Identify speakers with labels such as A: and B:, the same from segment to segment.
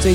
A: 最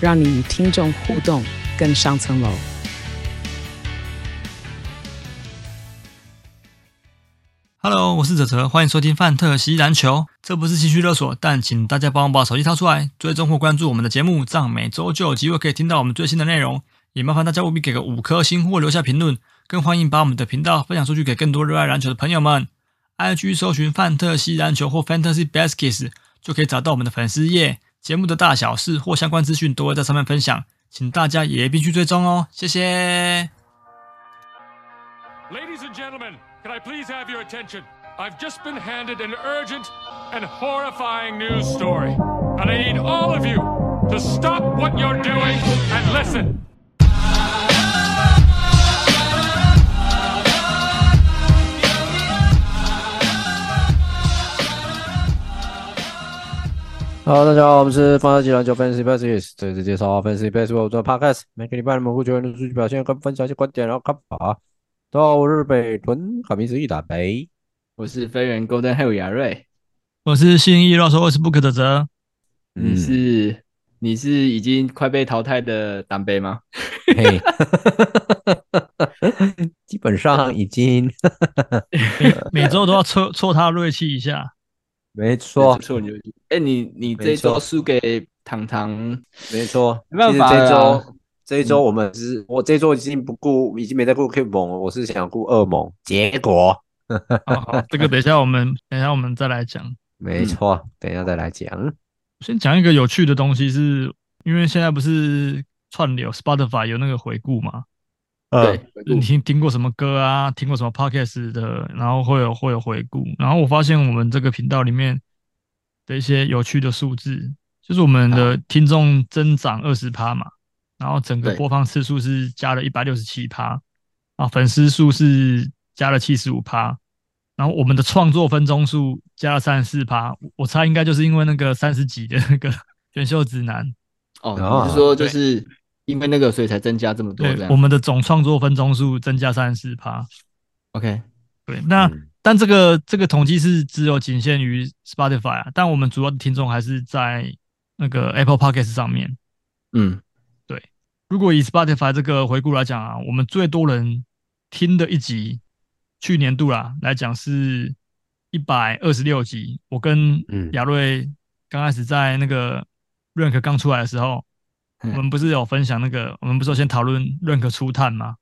A: 让你与听众互动更上层楼。
B: Hello，我是哲哲，欢迎收听《范特西篮球》。这不是情绪勒索，但请大家帮我把手机掏出来，追踪或关注我们的节目，这样每周就有机会可以听到我们最新的内容。也麻烦大家务必给个五颗星或留下评论，更欢迎把我们的频道分享出去给更多热爱篮球的朋友们。IG 搜寻“范特西篮球”或 “Fantasy Baskets” 就可以找到我们的粉丝页，节目的大小事或相关资讯都会在上面分享，请大家也必须追踪哦，谢谢。
C: Ladies and gentlemen, can I please have your attention? I've just been handed an urgent and horrifying news story. And I need all of you to stop what you're doing and listen.
D: Hello，大家好，我们是放大集篮球 Fantasy Baskets，这是介绍 Fantasy Baseball 的 Podcast，每个礼拜我们会球员的数据表现跟分享一些观点，然后看法。到日北屯，卡米斯一打北，
E: 我是飞人 Golden Hill 亚瑞，
B: 我是信义勒索二十不可的哲，
E: 你
D: 嗯
E: 是、你是已经快被淘汰的党杯吗？
D: 嘿，基本上已经
B: 每周都要挫挫他锐气一下。
D: 没错
E: 不，错，你就哎、你你这
D: 啊没
E: 一
D: 错
E: 周输给糖糖，
D: 没错。
E: 没办法
D: 其实这
E: 啦
D: 周这一周我们是，我这一周已经不顾，已经没在顾 Q 盟了，我是想顾二盟，结果
B: 好好，这个等一下我们等一下我们再来讲。
D: 没错，等一下再来讲。
B: 先讲一个有趣的东西是，因为现在不是串流 Spotify 有那个回顾嘛，
D: 呃
E: 对，
B: 就是
D: 嗯
B: 你听听过什么歌啊，听过什么 podcast 的，然后会有会有回顾。然后我发现我们这个频道里面的一些有趣的数字，就是我们的听众增长二十趴嘛，然后整个
E: 对
B: 播放次数是加了一百六十七趴，啊，粉丝数是加了七十五趴，然后我们的创作分钟数加了三十四趴，我我猜应该就是因为那个三十几的那个选秀指南，
E: 哦，
D: 啊
E: 你是说就是因为那个所以才增加这么多
B: 对
E: 这，样？
B: 我们的总创作分钟数增加三十四趴，
E: OK，
B: 对，那、
D: 嗯
B: 但这个这个统计是只有仅限于 Spotify 啊，但我们主要的听众还是在那个 Apple Podcast 上面。
E: 嗯，
B: 如果以 Spotify 这个回顾来讲啊，我们最多人听的一集，去年度啦来讲是一百二十六集。我跟
D: 嗯
B: 亚瑞刚开始在那个 Rank 刚出来的时候，我
E: 嗯
B: 们不是有分享那个，我们不是有先讨论 Rank 初探吗？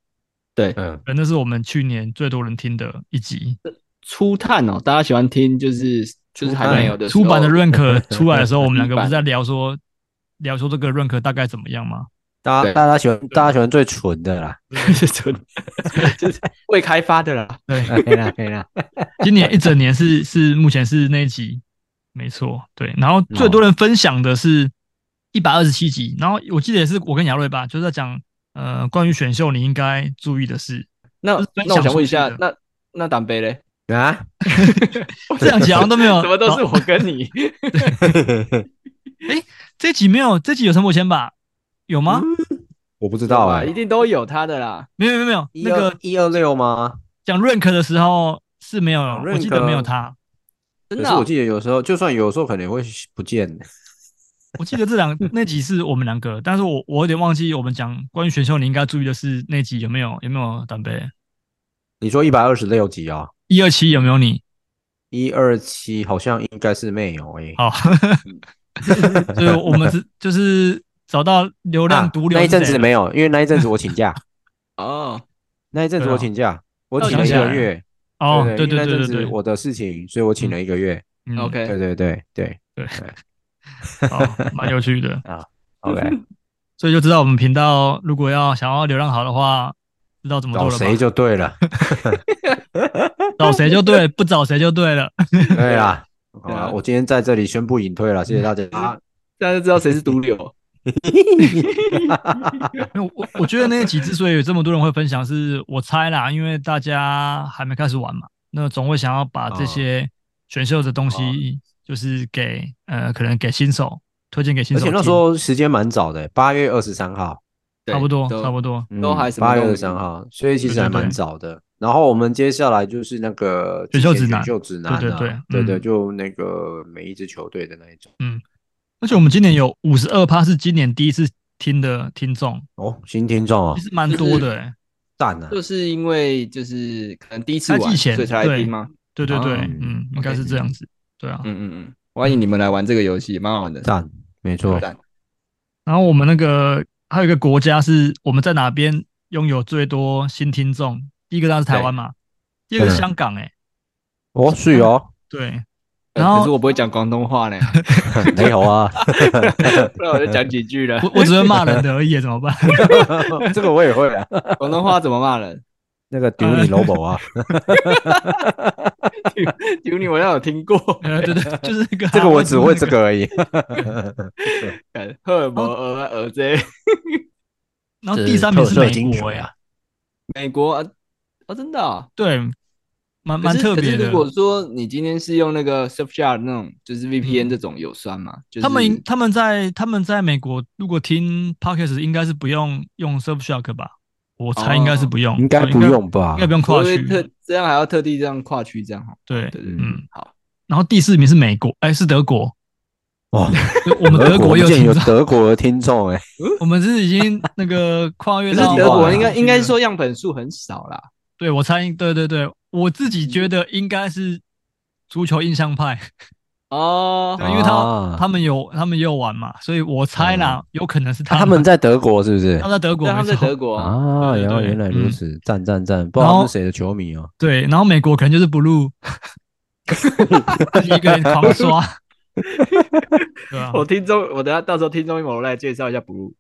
E: 对，
D: 嗯，
B: 呃那是我们去年最多人听的一集。
E: 初探哦，大家喜欢听就是就是还没有的时候
B: 出版的 rank 出来的时候，我们两个不是
E: 出版
B: 在聊 说聊说这个 rank 大概怎么样吗？
D: 大家
E: 对
D: 大家喜欢大家喜欢最蠢的啦，
E: 是纯就是未开发的啦，
B: 对，
D: 可以啦可以啦。
B: 今年一整年是 是目前是那一集，没错，对。然后最多人分享的是一百二十七集，然后我记得也是我跟亚瑞吧，就是在讲呃关于选秀你应该注意的 事。
E: 那
B: 就是分享
E: 那我想问一
B: 出
E: 下
B: 去，
E: 那那党杯嘞？
D: 啊，
B: 这两集 好像都没有，哦
E: 怎么都是
B: 好
E: 我跟你？
B: 这集没有，这集有陈柏谦吧？有吗？
E: 嗯
D: 我不知道
E: 啊，
D: 哎、
E: 一定都有他的啦。
B: 没有没有没有，
D: 一
B: 那个
D: 二一二六吗？
B: 讲 rank 的时候是没有，
E: 哦
B: 我记得
D: rank
B: 没有他。
E: 真
D: 可
E: 的
B: 啊
D: 是
E: 哦、
D: 我记得有时候，就算有时候可能会不见。
B: 我记得这两那集是我们两个，但是我我有点忘记我们讲关于选秀，你应该注意的是那集有没有有没有单杯
D: 你说一百二十六集啊、哦，
B: 一二七有没有你？
D: 一二七好像应该是没有哎、
B: 好， 所以我们是就是找到流量
D: 啊
B: 毒瘤、
D: 那一阵子，没有，因为那一阵子我请 假，
E: 哦，
D: 那一阵子
B: 对啊
D: 我请假，我
B: 那
D: 请了
B: 我
D: 一
B: 想起
D: 个
B: 来
D: 月。
B: 哦，对对
D: 对因为
B: 对
D: 那阵
B: 对
D: 子
B: 对
D: 我的事情，所以我请了一个月。
B: 嗯
E: OK
D: 对对对对
B: 好，蛮有趣的，
D: ，OK，
B: 所以就知道我们频道如果要想要流量好的话，知道怎么做
D: 找
B: 了吧？
D: 谁就 对了，
B: 找谁就对，不找谁就对了。
D: 对啦。好
E: 对啊
B: 嗯
D: 啦，我今天在这里宣布隐退了，谢谢大家。
E: 大家知道谁是毒瘤。
B: 没有，我我觉得那一集之所以有这么多人会分享，是我猜啦，因为大家还没开始玩嘛，那总会想要把
E: 哦
B: 这些选秀的东西，就是给、呃，可能给新手推荐给新
D: 而
B: 手
D: 且
B: 听，
D: 那时候时间蛮早的，八月二十三号，
E: 对
B: 差不多
E: 都嗯
B: 差不多，
E: 都还什么
D: 嗯八月
E: 都
D: 二
E: 没
D: 十三号，所以其实还
B: 对对
D: 蛮
B: 对
D: 早的。然后我们接下来就是那个
B: 选秀
D: 之前
B: 指南
D: 选秀指南啊，
B: 对对
D: 对
B: 对嗯
D: 就那个每一支球队的那一种。
B: 而且我们今年有五十二趴是今年第一次听的听众，
D: 哦，新听众哦
B: 其，实蛮多的、欸，
D: 赞啊！
E: 就是因为就是可能第一次
B: 开季
E: 玩，所
B: 前
E: 以才来
B: 对
E: 听吗？
B: 对对对，
E: 哦
B: 嗯，应该
E: OK
B: 是这样子，对啊，
E: 嗯嗯嗯，欢迎你们来玩这个游戏，蛮好玩的。
D: 赞，没错，
E: 赞
B: 然后我们那个还有一个国家是我们在哪边拥有最多新听众？第一个当然是台湾嘛，第二个是
D: 对
B: 香港、欸，
D: 哦，是 哦，
B: 对，
E: 呃
B: 然后
E: 可是我不会讲广 东话呢，
D: 没有啊，
E: 不然我就讲几句了
B: 我。我只会骂人的而已，怎么办？
D: 这个我也会啊，
E: 广东话怎么骂 人？
D: 那个丢你 logo 啊，
E: 丢你，我要有听过。
B: 呃，对对，就是那个
D: 这个我只会这
B: 个。
D: 个而已。
E: 干赫尔摩尔啊尔 Z，
B: 然后第三名是
D: 特色
B: 美
D: 金
B: 国
D: 曲
B: 呀、
D: 啊
E: 美国啊，哦真的啊，
B: 对，蛮蛮
E: 可是
B: 特别
E: 可是
B: 的
E: 如。果说你今天是用那个 Surfshark 那种，就是 VPN
B: 嗯
E: 这种有算吗？就是
B: 他们他们在他们在美国，如果听 podcast 应该是不用用 Surfshark 吧？我猜应该是不用，
E: 哦
D: 应该
B: 对
D: 不，用吧
B: 应该应该不用跨
E: 会不会
B: 区。
E: 特这样还要特地这样跨区这样哦？
B: 对，
E: 对对对，
B: 嗯。
E: 好，
B: 然后第四名是美国，哎，是德国。
D: 哦，
B: 就 我们德国
D: 我
B: 也
D: 们
B: 有
D: 竟
B: 听
D: 然有
B: 众，
D: 德国的听众哎，
B: 我们是已经那个跨越
E: 可是啊
B: 到
E: 德
B: 跨
E: 国
B: 区
E: 应该
B: 了
E: 应该说样本数很少啦，
B: 对我猜，对对对，我自己觉得应该是足球印象派，
E: 哦，
B: 对因为他
D: 啊
B: 他们有他们也有玩嘛，所以我猜啦，有可能是
D: 啊他们在德国是不是
B: 他？们在德
E: 对，
B: 国，
E: 他们在
B: 没错
E: 德国啊，
D: 啊，
B: 对对
D: 然后
B: 对
D: 原来如
B: 嗯
D: 此，赞赞赞！不知
B: 然
D: 道
B: 后
D: 是谁的球迷哦。
B: 对，然后美国可能就是 blue，自己一个人狂刷，对啊，
E: 我听众，我等下到时候听众一我来介绍一下 Blue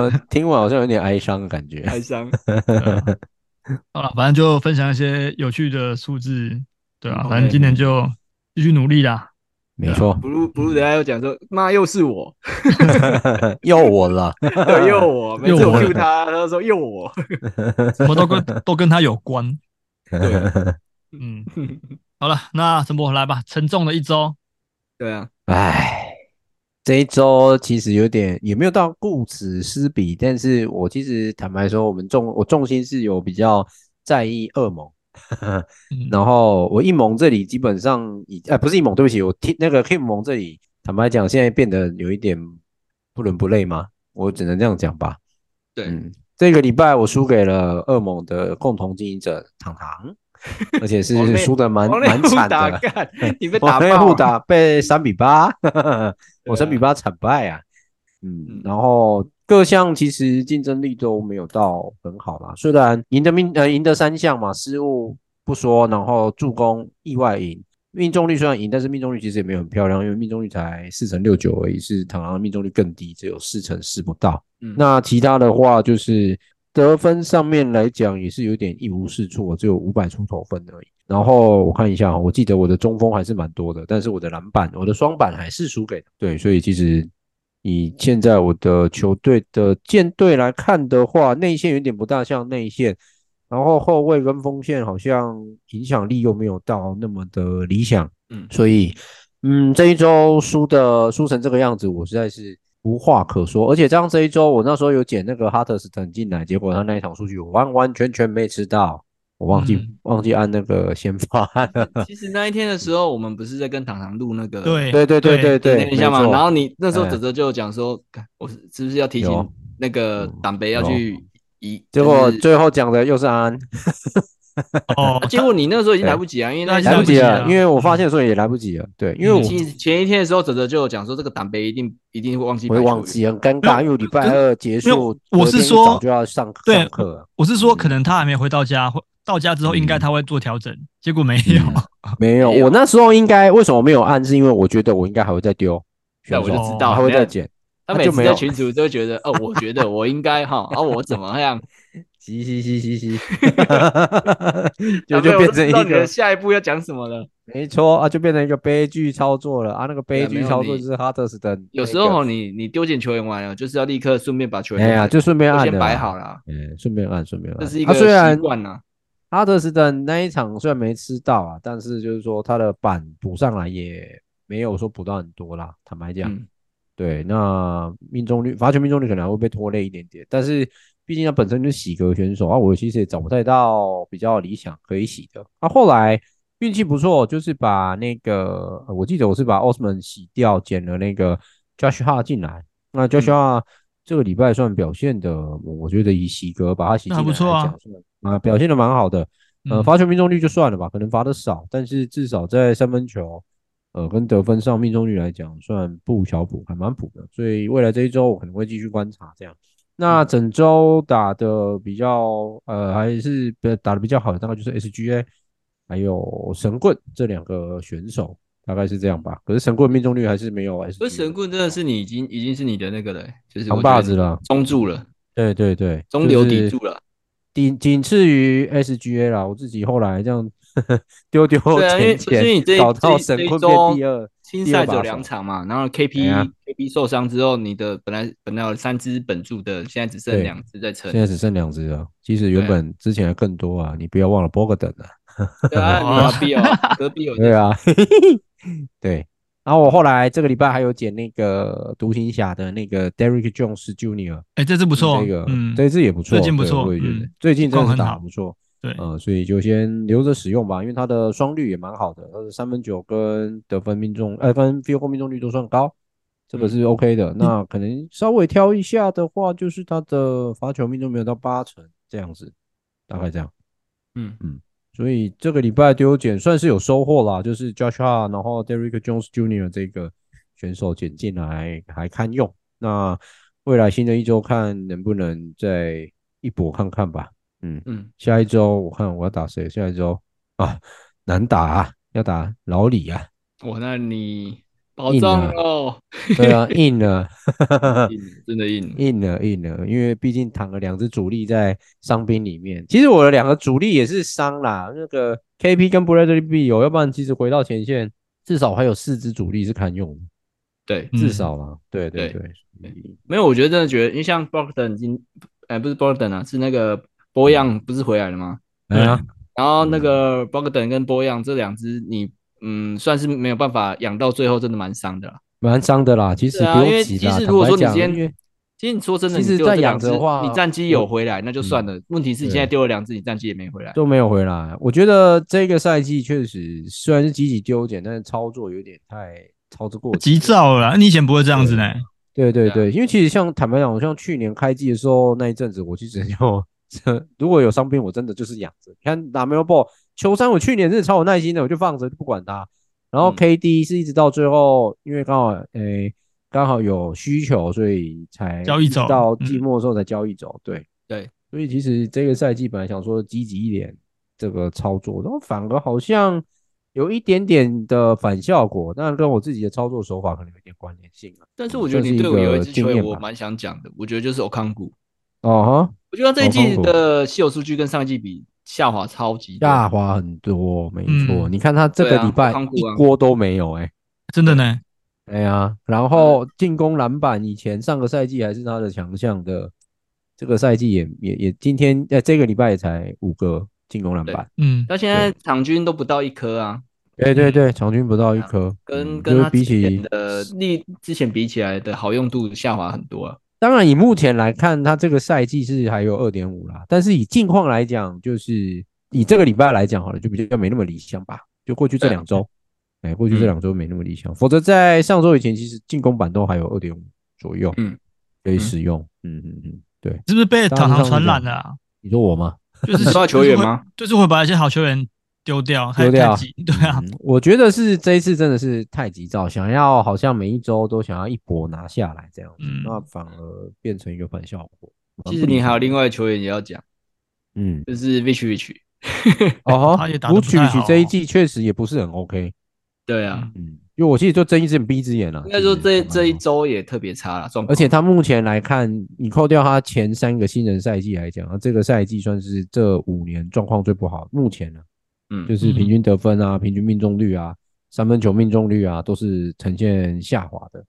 D: 我听完好像有点 哀伤的感觉。
E: 开箱，
B: 对啊好了，反正就分享一些有趣的数字，对啊，反正今年就继续努力啦，
D: 没错，
E: Blue Blue 等下又讲说，妈又是 我，
D: 又我了。
E: 对又我，每次
B: 又
E: 我
B: 我
E: Q 他，他就说又 我，
B: 什么都跟都跟他有关，
E: 对
B: 嗯，好了，那陈博来吧，沉重的一周，
E: 对啊，
D: 唉，这一周其实有点也没有到顾此失彼，但是我其实坦白说，我们重我重心是有比较在意恶盟。
B: 嗯
D: 然后我一盟这里基本上已，哎，不是一盟，对不起，我听那个 Kim 盟这里，坦白讲，现在变得有一点不伦不类吗？我只能这样讲吧。
E: 对，
D: 嗯，这个礼拜我输给了恶盟的共同经营者糖 糖，而且
E: 王
D: 是
E: 内
D: 输的蛮
E: 王
D: 蛮
E: 内互
D: 惨
E: 打
D: 的。
E: 干， 你被
D: 我
E: 打
D: 内
E: 爆
D: 互
E: 啊，
D: 打被三比 八，我
E: 对啊
D: 三比八惨败啊。
E: 嗯
D: 嗯，然后各项其实竞争力都没有到很好啦，虽然赢得命呃赢得三项嘛，失误不说，然后助攻意外赢。命中率虽然赢，但是命中率其实也没有很漂亮，因为命中率才四成六九而已，是螳螂的命中率更低，只有四成四不到。
E: 嗯
D: 那其他的话就是得分上面来讲也是有点一无是处，我只有五百出头分而已。然后我看一下哦，我记得我的中锋还是蛮多的，但是我的篮板、我的双板还是输给对，所以其实以现在我的球队的舰队来看的话，内线有点不大像内线，然后后卫跟锋线好像影响力又没有到那么的理想，
E: 嗯
D: 所以嗯，这一周输的输成这个样子，我实在是无话可说。而且这样这一周，我那时候有捡那个哈特斯滕进来，结果他那一场数据我完完全全没吃到，我忘记、
B: 嗯
D: 忘记按那个先发了。
E: 其实那一天的时候，我们不是在跟糖糖录那个
B: 对
D: 对对对对
E: 对
D: 对，
E: 一下嘛，
D: 没错
E: 然后你那时候
D: 哎
E: 泽泽就有讲说，干我是是不是要提
D: 有
E: 醒那个党杯要
D: 有
E: 去移？
D: 结果
E: 就是
D: 最后讲的又是安安，
B: 哦
E: 啊，结果你那时候已经来不及啊，因为那
B: 对
D: 来
B: 来
D: 不
B: 不
D: 及
B: 及
D: 了，
B: 了嗯
D: 因为我发现的时候也来不及了。对，因为我
E: 其实前一天的时候，泽泽就有讲说，这个党杯一定一定会忘记
D: 我
E: 排
D: 会
E: 球
D: 忘
E: 员。
D: 记，很尴尬，因为我礼拜二结
B: 没
D: 束
B: 有，我是
D: 隔天一
B: 说
D: 早就要上
B: 对
D: 上课了，
B: 我是说可能他还没回到家，或到家之后应该
E: 嗯
B: 他会做调整，结果没
D: 嗯
B: 有。
D: 没有，
E: 没有
D: 我那时候应该为什么没有按？是因为我觉得我应该还会再丢，
E: 对，我就
B: 选手
E: 知
D: 还
E: 道，
D: 会
E: 没有
D: 再减，
E: 他
D: 那
E: 每
D: 就
E: 次
D: 没
E: 在
D: 有
E: 群主都会觉得，哦，我觉得我应该哈，啊，我怎么样？
D: 嘻嘻嘻嘻嘻，就就变成一
E: 啊党杯我都知道你的
D: 个
E: 下一步要讲什么了。
D: 没错啊，就变成一个悲剧操作了啊！那个悲
E: 没
D: 剧
E: 有
D: 操作
E: 你
D: 就是哈特斯登，
E: 有时候你你丢进球员玩了，就是要立刻顺便把球员
D: 哎呀，
E: 按
D: 就顺便
E: 就
D: 按
E: 先
D: 了
E: 摆
D: 啦
E: 好啦，
D: 嗯，顺便按，顺便按。
E: 这是一
D: 啊
E: 个
D: 虽然
E: 习惯呐。
D: 哈德斯登那一场虽然没吃到啊，但是就是说他的板补上来也没有说补到很多啦。坦白讲，
E: 嗯，
D: 对，那命中率罚球命中率可能还会被拖累一点点，但是毕竟他本身就是洗格选手啊，我其实也找不太到比较理想可以洗的。啊，后来运气不错，就是把那个呃我记得我是把奥斯曼洗掉，捡了那个 Josh h a 进来。那
B: 嗯
D: Josh h a 这个礼拜算表现的，我我觉得以洗格把他洗进
B: 那
D: 来
B: 还不错啊
D: 来讲算，啊、表现的蛮好的。 呃，
B: 嗯
D: 罚球命中率就算了吧，可能罚的少，但是至少在三分球，呃，跟得分上命中率来讲，算不小补，还蛮补的。所以未来这一周我可能会继续观察这样。
E: 嗯
D: 那整周打的比较，呃，还是比打的比较好的，大概就是 SGA 还有神棍这两个选手，大概是这样吧。可是神棍命中率还是没有 SGA
E: 所以神棍真的是你已经已经是你的那个了，就是
D: 扛
E: 我觉得
D: 把子了
E: 中柱了，
D: 对对对，
E: 中
D: 就
E: 流
D: 是
E: 砥柱了。
D: 仅仅次于 SGA 啦。我自己后来这样 丢丢
E: 对啊，因为
D: 哦钱
E: 因为你
D: 钱，
E: 这一
D: 搞到
E: 这
D: 神
E: 一
D: 棍
E: 这
D: 变
E: 一
D: 第二
E: 周。新
D: 第二
E: 赛只有
D: 把
E: 两
D: 手
E: 场嘛，然后 KP、
D: 哎呀
E: KP 受伤之后，你的本来本来有三支本柱的，现在只剩
D: 对
E: 两支在撑
D: 现。在只剩两只了，其实原
E: 对啊
D: 本之前还更多啊，你不要忘了 b o g d a n 啊，
E: 对啊，
B: 哦
E: 你隔壁哦，隔壁有
D: 对啊， 对。然后我后来这个礼拜还有捡那个独行侠的那个 Derrick Jones Jr.，
B: 哎，这支不错，
D: 这个
B: 嗯，
D: 这一支也不错，
B: 最近不
D: 对
B: 错
D: 我也觉得
B: 嗯
D: 最近真的
B: 状
D: 是
B: 况
D: 打
B: 很
D: 得
B: 好
D: 不错，
B: 对，
D: 呃，所以就先留着使用吧，因为它的双率也蛮好的，它的三分球跟得分命中，呃，跟 field goal 命中率都算高，这个是 OK 的。那可能稍微挑一下的话，就是它的罚球命中没有到八成这样子，大概这样。
E: 嗯
D: 嗯，所以这个礼拜丢捡算是有收获啦，就是 Joshua，然后 Derrick Jones Jr. 这个选手捡进来还堪用。那未来新的一周看能不能再一搏看看吧。嗯。
E: 嗯，
D: 下一周我看我要打谁？下一周啊，难打啊，要打老李 啊，
E: 我那你保
D: 硬
E: 重
D: 啊
E: 哦，
D: 对啊，硬了，
E: 硬了真的硬。
D: 硬了，硬了，因为毕竟躺了两只主力在伤兵里面。其实我的两个主力也是伤啦，那个 KP 跟 Bradley b 有，要不然其实回到前线，至少还有四支主力是堪用的，
E: 对，
B: 嗯
D: 至少啦，对对
E: 对
D: 对，
E: 没有，我觉得真的觉得，因为像 Brogdon 已经，哎，不是 Brogdon 啊，是那个波
D: 嗯
E: 漾不是回来了吗？
D: 哎呀，
E: 然后那个 Brogdon 跟波漾这两支，你嗯算是没有办法养到最后，真的蛮伤的啦。
D: 蛮伤的啦，其实
E: 对啊，
D: 不
E: 因
D: 用
E: 为
D: 急
E: 其
D: 啦，
E: 实
D: 坦
E: 如果
D: 白
E: 说你
D: 讲
E: 今
D: 因为
E: 天，其实你说真
D: 其
E: 的，你
D: 实
E: 丢了
D: 在
E: 这
D: 养
E: 两只
D: 着的话嗯
E: 你战绩有回来那就算了。问题是
D: 对
E: 现在丢了两只，你战绩也没回来。
D: 都没有回来。我觉得这个赛季确实虽然是积极丢捡，但是操作有点太操之过
B: 急
D: 急。
B: 躁了啦，啊你以前不会这样子呢，
D: 对
B: 啊
D: 对
E: 对
D: 对，因为其实像坦白讲，像去年开季的时候那一阵子，我其实 就如果有伤病，我真的就是养着。你看 l a m e Ball 球衫，我去年真的超有耐心的，我就放着就不管它。然后
E: 嗯
D: KD 是一直到最后，因为刚好诶刚好有需求，所以才
B: 交易走
D: 一直到
B: 嗯
D: 季末的时候才交易走。对
E: 对，
D: 所以其实这个赛季本来想说积极一点这个操作，然后反而好像有一点点的反效果，那跟我自己的操作手法可能有点关联性啊。
E: 但是我觉得
D: 算是
E: 你
D: 一
E: 对我有一
D: 个
E: 支
D: 经
E: 球员，
D: 验
E: 我
D: 吧
E: 蛮想讲的，我觉得就是 Okongu。
B: 嗯
D: 哦哈，
E: 我觉得他这一季
D: Okongu
E: 的稀有数据跟上一季比下滑超级多。
D: 下滑很多，没
B: 嗯
D: 错。你看他这
E: 对
D: 个
E: 啊
D: 礼拜
E: 康库
D: 一
E: 啊
D: 锅都没有、欸，哎，
B: 真的呢，
D: 哎呀，然
E: 嗯
D: 后进攻篮板以前上个赛季还是他的强项的，这个赛季也也也今天呃这个礼拜也才五个进攻篮板，
B: 嗯，
E: 他现在场均都不到一颗啊，
D: 对对对，场均不到一颗，
E: 跟、
D: 嗯
E: 跟
D: 就是
E: 他
D: 比
E: 之前
D: 起
E: 的历之前比起来的好用度下滑很多啊。
D: 当然，以目前来看，他这个赛季是还有二点五啦，但是以近况来讲，就是以这个礼拜来讲好了，就比较没那么理想吧。就过去这
E: 对啊
D: 两周，哎、过去这
E: 嗯
D: 两周没那么理想，否则在上周以前，其实进攻板都还有二点五左右，
E: 嗯，
D: 可以
E: 嗯
D: 使用。嗯嗯嗯，对，
B: 是不是被
D: 当
B: 糖
D: 然
B: 糖
D: 是
B: 传
D: 这样
B: 染了啊？
D: 你说我吗？
B: 就是
E: 你说到球员 吗？
B: 就是会就是会把一些好球员丢掉，太
D: 丢掉
B: 太急对啊，
D: 嗯我觉得是这一次真的是太急躁，想要好像每一周都想要一搏拿下来这样子，
B: 嗯
D: 那反而变成一个反效果。蛮
E: 其
D: 不
E: 实
D: 理
E: 你还
D: 想
E: 有
D: 的
E: 另外的球员也要讲，
D: 嗯
E: 就是 Vich Vich。
D: 哦哈
B: 他也，打得
D: 古
B: 不
D: 曲
B: 太
D: 曲
B: 好
D: 这一
B: 哦
D: 季确实也不是很 OK，
E: 对啊，
D: 嗯，因为我其实就睁一只眼闭一只眼了、
E: 应该说
D: 其实
E: 这
D: 坦白
E: 这一
D: 说，
E: 周也特别差了状况。
D: 嗯而且他目前来看，你扣掉他前啊三个新人赛季来讲，他这个赛季算是这五年状况最不好，目前呢、啊
E: 嗯，
D: 就是平均得分
B: 嗯
D: 啊、平均命中率啊、三分球命中率啊，都是呈现下滑的。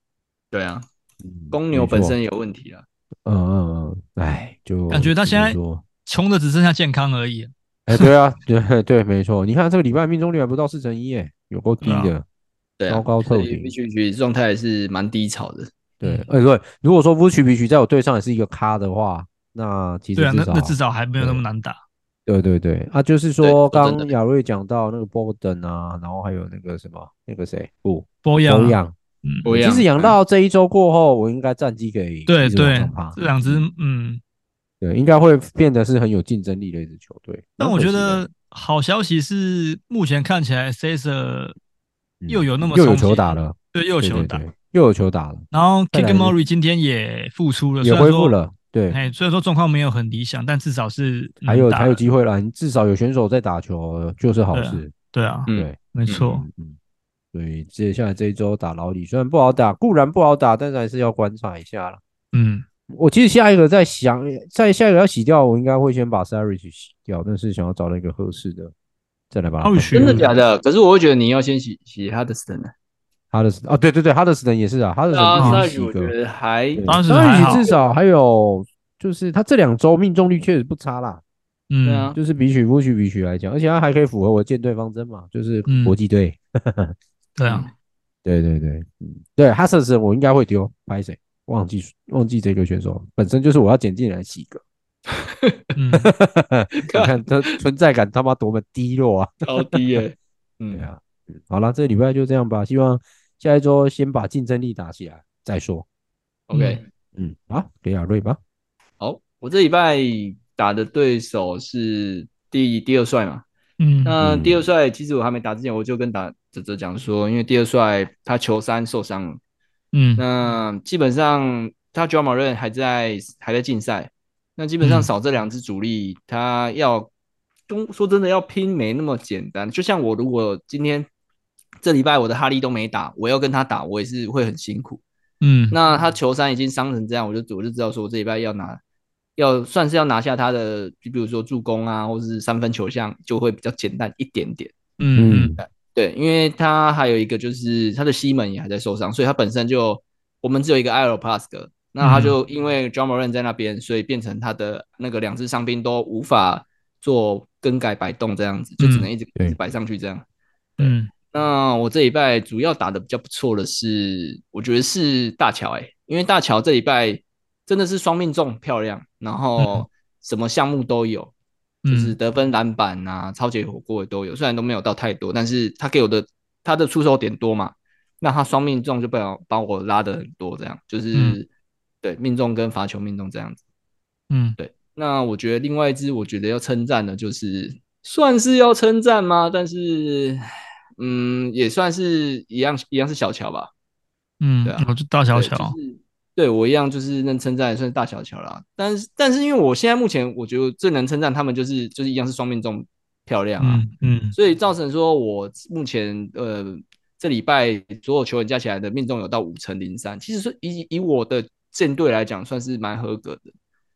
E: 对啊，
D: 嗯
E: 公牛本，
D: 没错
E: 身也有问题啊。
D: 嗯嗯嗯，哎，就
B: 感觉他现在
D: 怎么说
B: 穷的只剩下健康而已。
D: 哎，对啊， 对对，没错。你看这个礼拜命中率还不到四成一，哎，有够低
B: 对
D: 的。
E: 对啊，
D: 糟糕透顶
E: 所以 Vucevic 状态是蛮低潮的。
D: 对
B: 嗯，
D: 哎，对，如果说 v u c 比 v 在我队上也是一个咖的话，那其实
B: 对啊，那
D: 少
B: 那至少还没有那么难打。
D: 对对对，啊，就是
E: 对
D: 说
E: 说真
D: 刚
E: 的
D: 刚亚瑞讲到那个 Bogdan 啊，然后还有那个什么那个谁，不，
B: 波扬
D: 欧
B: 啊，
D: 阳。
B: 嗯，
E: 不一
D: 其
E: 样
D: 实养到这一周过后，我应该战绩可以
B: 对
D: 一直往
B: 对
D: 上爬，
B: 这两支嗯，
D: 对，应该会变得是很有竞争力的一支球队。
B: 但我
D: 蛮
B: 觉
D: 可惜的
B: 得好消息是，目前看起来 Caesar
D: 嗯
B: 又有那么
D: 又有
B: 冲击
D: 球打了，
B: 对又有
D: 对
B: 球
D: 对
B: 打，
D: 对又有球打了，
B: 然后 k i
D: 再来
B: k
D: 是
B: m o r i 今天也复出了，
D: 也
B: 虽然
D: 恢复
B: 说
D: 了，对，
B: 哎，虽然说状况没有很理想，但至少是
D: 还有
B: 嗯能打
D: 还有
B: 的
D: 机会了，你至少有选手在打球就是好
B: 对啊
D: 事，
B: 对啊，
E: 嗯
D: 对，
B: 没错，
D: 嗯嗯。所以接下来这一周打老李，虽然不好打，固然不好打，但是还是要观察一下啦。
B: 嗯，
D: 我其实下一个在想，在下一个要洗掉，我应该会先把 Sarich 洗掉，但是想要找到一个合适的，再来把它
B: 奥
D: 换
B: 许
E: 真的假的？可是我会觉得你要先洗洗哈德斯顿呢。
D: 哈德斯啊，对对对，哈德斯顿也是啊，哈德斯
E: 啊，
D: 顿
E: 那
D: 也是
E: 我
D: 一个
E: 觉。得还嗯
D: 对
B: 当时
D: 当然
B: 还
D: 你
B: 好
D: 至少还有就是他这两周命中率确实不差啦，
E: 对
B: 嗯
E: 啊，
D: 就是比起不许比许来讲，而且他还可以符合我舰队方针嘛，就是
B: 嗯
D: 国际队。
B: 对啊，
D: 对对对，嗯，对哈瑟斯我应该会丢，拍谁忘记忘记这个选手，本身就是我要捡进来几个，
B: 嗯，
D: 你 看他存在感他妈多么低落啊！
E: 超低耶。嗯
D: 对，啊，嗯好了，这礼拜就这样吧，希望下一周先把竞争力打起来再说。
E: OK，
D: 嗯，好，给亚瑞吧。
E: 好，我这礼拜打的对手是第第二帅嘛。
B: 嗯，
E: 那
D: 嗯
E: 第二帅其实我还没打之前，我就跟打哲哲讲说，因为第二帅他球三受伤了，
B: 嗯，
E: 那基本上他 j a m a r n 还在还在竞赛，那基本上
B: 嗯
E: 少这两支主力，他要都说真的要拼没那么简单。就像我如果今天这礼拜我的哈利都没打，我要跟他打，我也是会很辛苦。
B: 嗯，
E: 那他球衫已经伤成这样，我就我就知道说我这礼拜要拿，要算是要拿下他的，就比如说助攻啊，或是三分球项，就会比较简单一点点。
B: 嗯嗯
E: 对，因为他还有一个就是他的西门也还在受伤，所以他本身就我们只有一个 a e r o p a s k 那他就因为 John Moran 在那边，所以变成他的那个两只伤兵都无法做更改摆动这样子，就只能一直
D: 对
E: 一直摆上去这样。
B: 嗯
E: 那我这礼拜主要打的比较不错的是，我觉得是大乔哎、因为大乔这礼拜真的是双命中很漂亮，然
B: 嗯
E: 后什么项目都有，
B: 嗯
E: 就是得分、篮板啊、超级火锅也都有，虽然都没有到太多，但是他给我的他的出手点多嘛，那他双命中就把我把我拉的很多，这样就是、
B: 嗯
E: 对命中跟罚球命中这样子。
B: 嗯
E: 那我觉得另外一支，我觉得要称赞的，就是算是要称赞吗？但是，嗯，也算是一样，一样是小乔吧。
B: 嗯
E: 对啊，
B: 我就大小
E: 对
B: 乔，
E: 就是对我一样，就是能称赞也算是大小乔啦。但是，但是因为我现在目前，我觉得最能称赞他们就是就是一样是双命中漂亮啊，
B: 嗯嗯
E: 所以造成说我目前呃这礼拜所有球员加起来的命中有到五成零三，其实说以以我的舰队来讲，算是蛮合格的。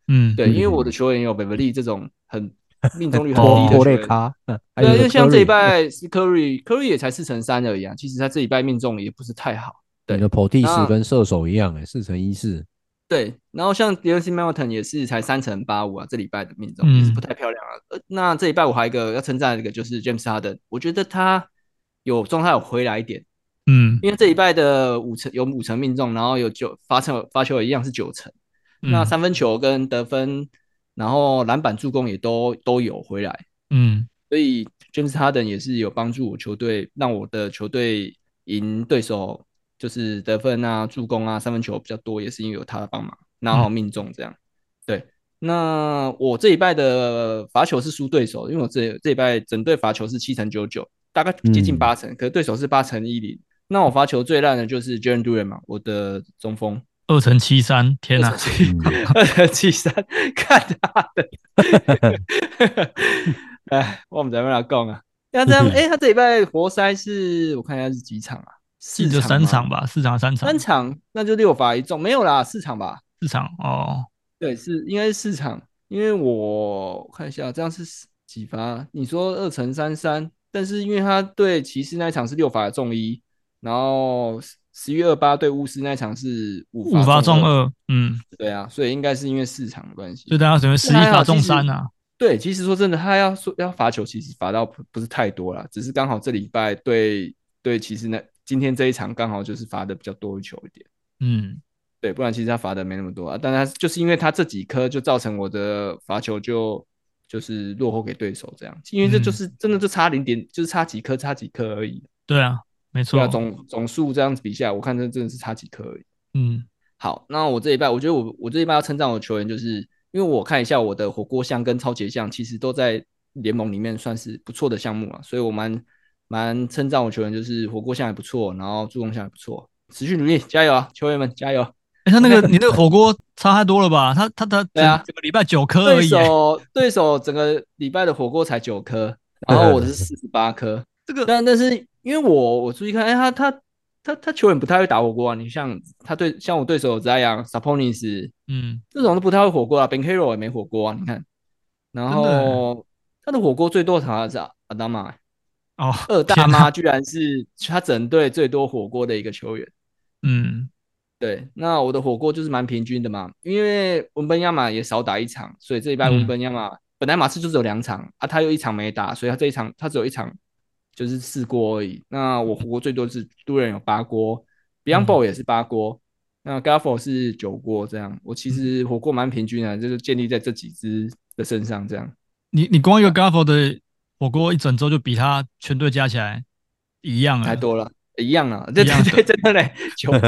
B: 嗯，
E: 对，因为
D: 嗯
E: 我的球员有本弗利这种很 命中率很
B: 哦
E: 低
D: 拖
E: 的球
D: 累
E: 员，
D: 咖，嗯还
E: 对啊，
D: 有
E: 就像这
D: Curry
E: 一拜是 Curry，Curry 也才四成三而已啊，其实他这一拜命中也不是太好。对
D: 你的 Portis
E: 那
D: 跟射手一样、欸，哎，四乘一四，
E: 对，然后像 d e r s i Melton 也是才三成八五啊，这礼拜的命中
B: 嗯
E: 也是不太漂亮啊。呃那这礼拜我还有一个要称赞的一个就是 James Harden，我觉得他有状态有回来一点，
B: 嗯，
E: 因为这礼拜的五成有五成命中，然后有九发球发球也一样是九成。那
B: 嗯
E: 三分球跟得分，然后篮板助攻也都都有回来，
B: 嗯
E: 所以 James Harden 也是有帮助我球队，让我的球队赢对手，就是得分啊、助攻啊、三分球比较多，也是因为有他的帮忙，然后命中这样。对，那我这一拜的罚球是输对手，因为我这这一拜整队罚球是七成九九，大概接近
D: 嗯
E: 八成，可是对手是八成一零。那我罚球最烂的就是 Jaren Duran 嘛，我的中锋。
B: 二乘七三，天哪，
D: 嗯
E: 二七三，看他的， 哎，我们怎么来讲啊？那这 样，哎、他这礼拜活塞是我看一下是几场啊？
B: 记
E: 四
B: 得
E: 场
B: 三
E: 吗
B: 场，吧，四场三场，
E: 三场，那就六罚一中，没有啦，四场吧？
B: 四场哦，
E: 对，是应该是四场，因为我看一下，这样是四几罚？你说二乘三三，但是因为他对骑士那一场是六罚中一，然后十月二八对巫师那一场是五
B: 五罚中
E: 二，
B: 二，嗯，
E: 对啊，所以应该是因为市场的关系
B: 所以。大家等于十一
E: 还好
B: 罚中
E: 其实
B: 三啊。
E: 对，其实说真的，他要说要罚球，其实罚到不不是太多啦，只是刚好这礼拜对对，其实呢，今天这一场刚好就是罚的比较多一球一点，
B: 嗯，
E: 对，不然其实他罚的没那么多啊。但他就是因为他这几颗就造成我的罚球就就是落后给对手这样，因为这
B: 嗯
E: 就是真的就差零点，就是差几颗差几颗而已，
B: 对啊，没
E: 对啊，
B: 错。
E: 总总数这样子比下来，我看这真的是差几颗而已。
B: 嗯，
E: 好，那我这一拜，我觉得我我这一拜要称赞我的球员，就是因为我看一下我的火锅项跟超级项，其实都在联盟里面算是不错的项目啊，所以我蛮蛮称赞我球员，就是火锅项还不错，然后助攻项还不错，持续努力，加油啊，球员们加油！
B: 哎，他那个你那个火锅差太多了吧？他他他
E: 对啊
B: 整整个礼拜九颗而
E: 对
B: 已耶，
E: 手对手整个礼拜的火锅才九颗，然后我的是四十八颗，
B: 这个
E: 但但是因为我我注意看，哎、他他他他球员不太会打火锅啊，你像他对像我对手有 Zion、Saponis。
B: 嗯
E: 这种都不太会火锅啦 b e n c a r o 也没火锅啊，你看。然
B: 真的
E: 后他的火锅最多好像是阿达玛，
B: 哦，
E: 二大
B: 天哪
E: 妈居然是他整队最多火锅的一个球员。
B: 嗯
E: 对，那我的火锅就是蛮平均的嘛，因为文本亚马也少打一场，所以这一拜
B: 嗯
E: 文本亚马、本来马刺就只有两场啊，他又一场没打，所以他这一场他只有一场就是四锅而已。那我火锅最多是杜人有八
B: 嗯
E: 锅，Beyond Ball 也是八锅，那 Gaffo 是九锅这样。
B: 嗯
E: 我其实火锅蛮平均的，就是建立在这几支的身上这样。
B: 你你光一个 Gaffo 的火锅一整周就比他全队加起来一样了
E: 太，多了，一样啊，对
B: 嗯一样
E: 对对，真的嘞，九 锅。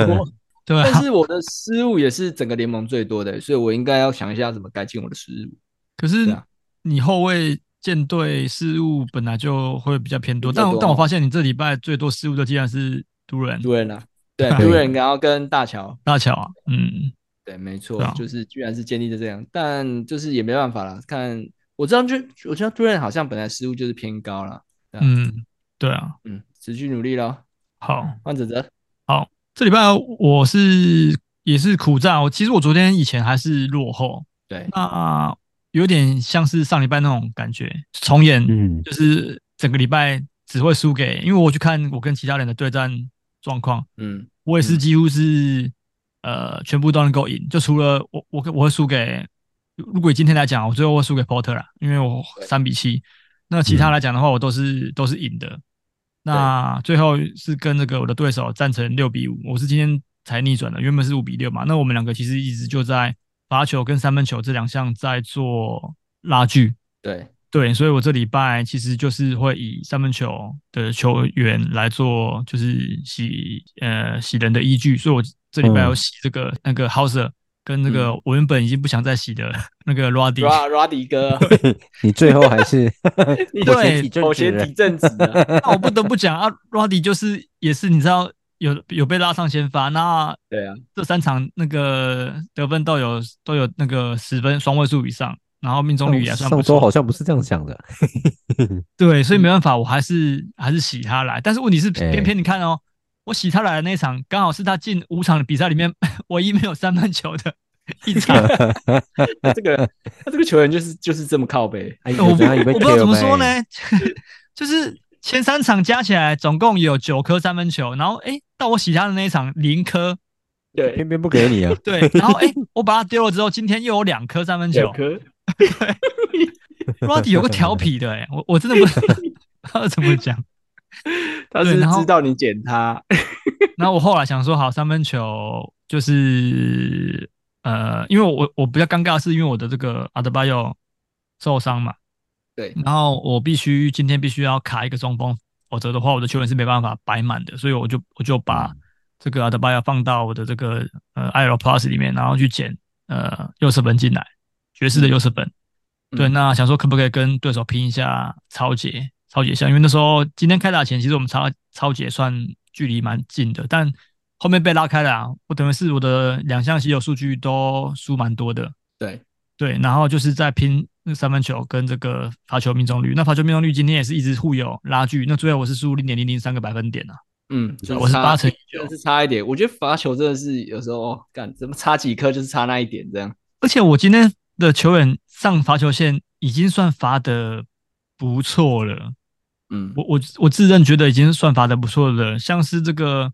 B: 对
E: 但
B: 啊。
E: 是我的失误也是整个联盟最多的，所以我应该要想一下怎么改进我的失误。
B: 可是
E: 对啊
B: 你后卫舰队失误本来就会比较偏多，
E: 比较
B: 但我
E: 多
B: 但我
E: 哦
B: 发现你这礼拜最多失误的竟然是杜人
E: 杜人啊，对，
B: 对
E: 杜人然后跟大乔，
B: 大乔啊，嗯
E: 对，没错
B: 对啊，
E: 就是居然是建立在这样，但就是也没办法啦。看我知道就我知道杜人好像本来失误就是偏高啦，对啊
B: 嗯，对啊，
E: 嗯，持续努力咯。
B: 好，
E: 换哲哲，
B: 这礼拜我是也是苦战，我其实我昨天以前还是落后，
E: 对，
B: 那啊有点像是上礼拜那种感觉，重演
D: 嗯，
B: 就是整个礼拜只会输给，因为我去看我跟其他人的对战状况，
E: 嗯
B: 我也是几乎是、呃全部都能够赢，就除了我我我会输给，如果以今天来讲，我最后会输给 Porter 啦，因为我
E: 对嗯
B: 三比七。那其他来讲的话，我都是、都是赢的。那最后是跟这个我的对手战成六比五，我是今天才逆转的，原本是五比六嘛。那我们两个其实一直就在罚球跟三分球这两项在做拉锯。
E: 对，
B: 对，所以我这礼拜其实就是会以三分球的球员来做，就是洗呃洗人的依据。所以我这礼拜
D: 嗯
B: 有洗这个、那个 Hauser 跟那个我原本已经不想再洗的那个 Roddy。
E: Ra Rady 哥，
D: 你最后还是
E: 你
D: 妥协体
E: 对
D: 正
E: 妥
D: 直
E: 协
D: 了
E: 体正直啊，
B: 那我不得不讲啊，Roddy 就是也是你知道有有被拉上先发，那
E: 对啊，
B: 这三场那个得分都有都有那个十分双位数以上，然后命中 率也算啊不
D: 上
B: 错
D: 周。好像不是这样想的，
B: 对，所以没办法，我还是还是洗他来。但是问题是，
D: 哎
B: 偏偏你看哦，我洗他来的那一场，刚好是他近五场的比赛里面 唯一没有三分球的一场。
E: 他这个他这个球员就是就是这么靠背，
D: 哎
B: 我
D: 呦
B: 不
D: 等下
B: 我
D: 你被
B: 不知道
D: kill
B: 怎么
D: 呗
B: 说呢， 就是前三场加起来总共有九颗三分球，然后哎，到我洗他的那一场零颗，
E: 对，
D: 偏偏不给你 啊，
B: 对，然后哎，我把他丢了之后，今天又有两颗三分
E: 小
B: 球。
E: 颗，
B: Roddy 有个调皮的哎、我我真的不 知道不知道怎么讲。
E: 他
B: 对
E: 是
B: 然后
E: 知道你捡他，
B: 然后我后来想说，好，三分球就是呃，因为我我比较尴尬，的是因为我的这个阿德巴约受伤嘛，
E: 对，
B: 然后我必须今天必须要卡一个中锋，否则的话我的球员是没办法摆满的，所以我就我就把
E: 嗯
B: 这个阿德巴约放到我的这个呃 i r Plus 里面，然后去捡呃右射本进来，爵士的右射本。对，
E: 嗯
B: 那想说可不可以跟对手拼一下超节，超节一下，因为那时候今天开打前，其实我们超超节算距离蛮近的，但后面被拉开了、啊，我等于是我的两项稀有数据都输蛮多的，
E: 对，
B: 对，然后就是在拼那三分球跟这个罚球命中率，那罚球命中率今天也是一直互有拉锯，那最后我是输零点零零三个百分点啊，
E: 嗯，就
B: 我是
E: 差
B: 八成以
E: 真
B: 九
E: 的，是差一点。我觉得罚球真的是有时候哦干、怎么差几颗就是差那一点这样。
B: 而且我今天的球员上罚球线已经算罚的不错了。
E: 嗯，
B: 我我我自认觉得已经算罚的不错的，像是这个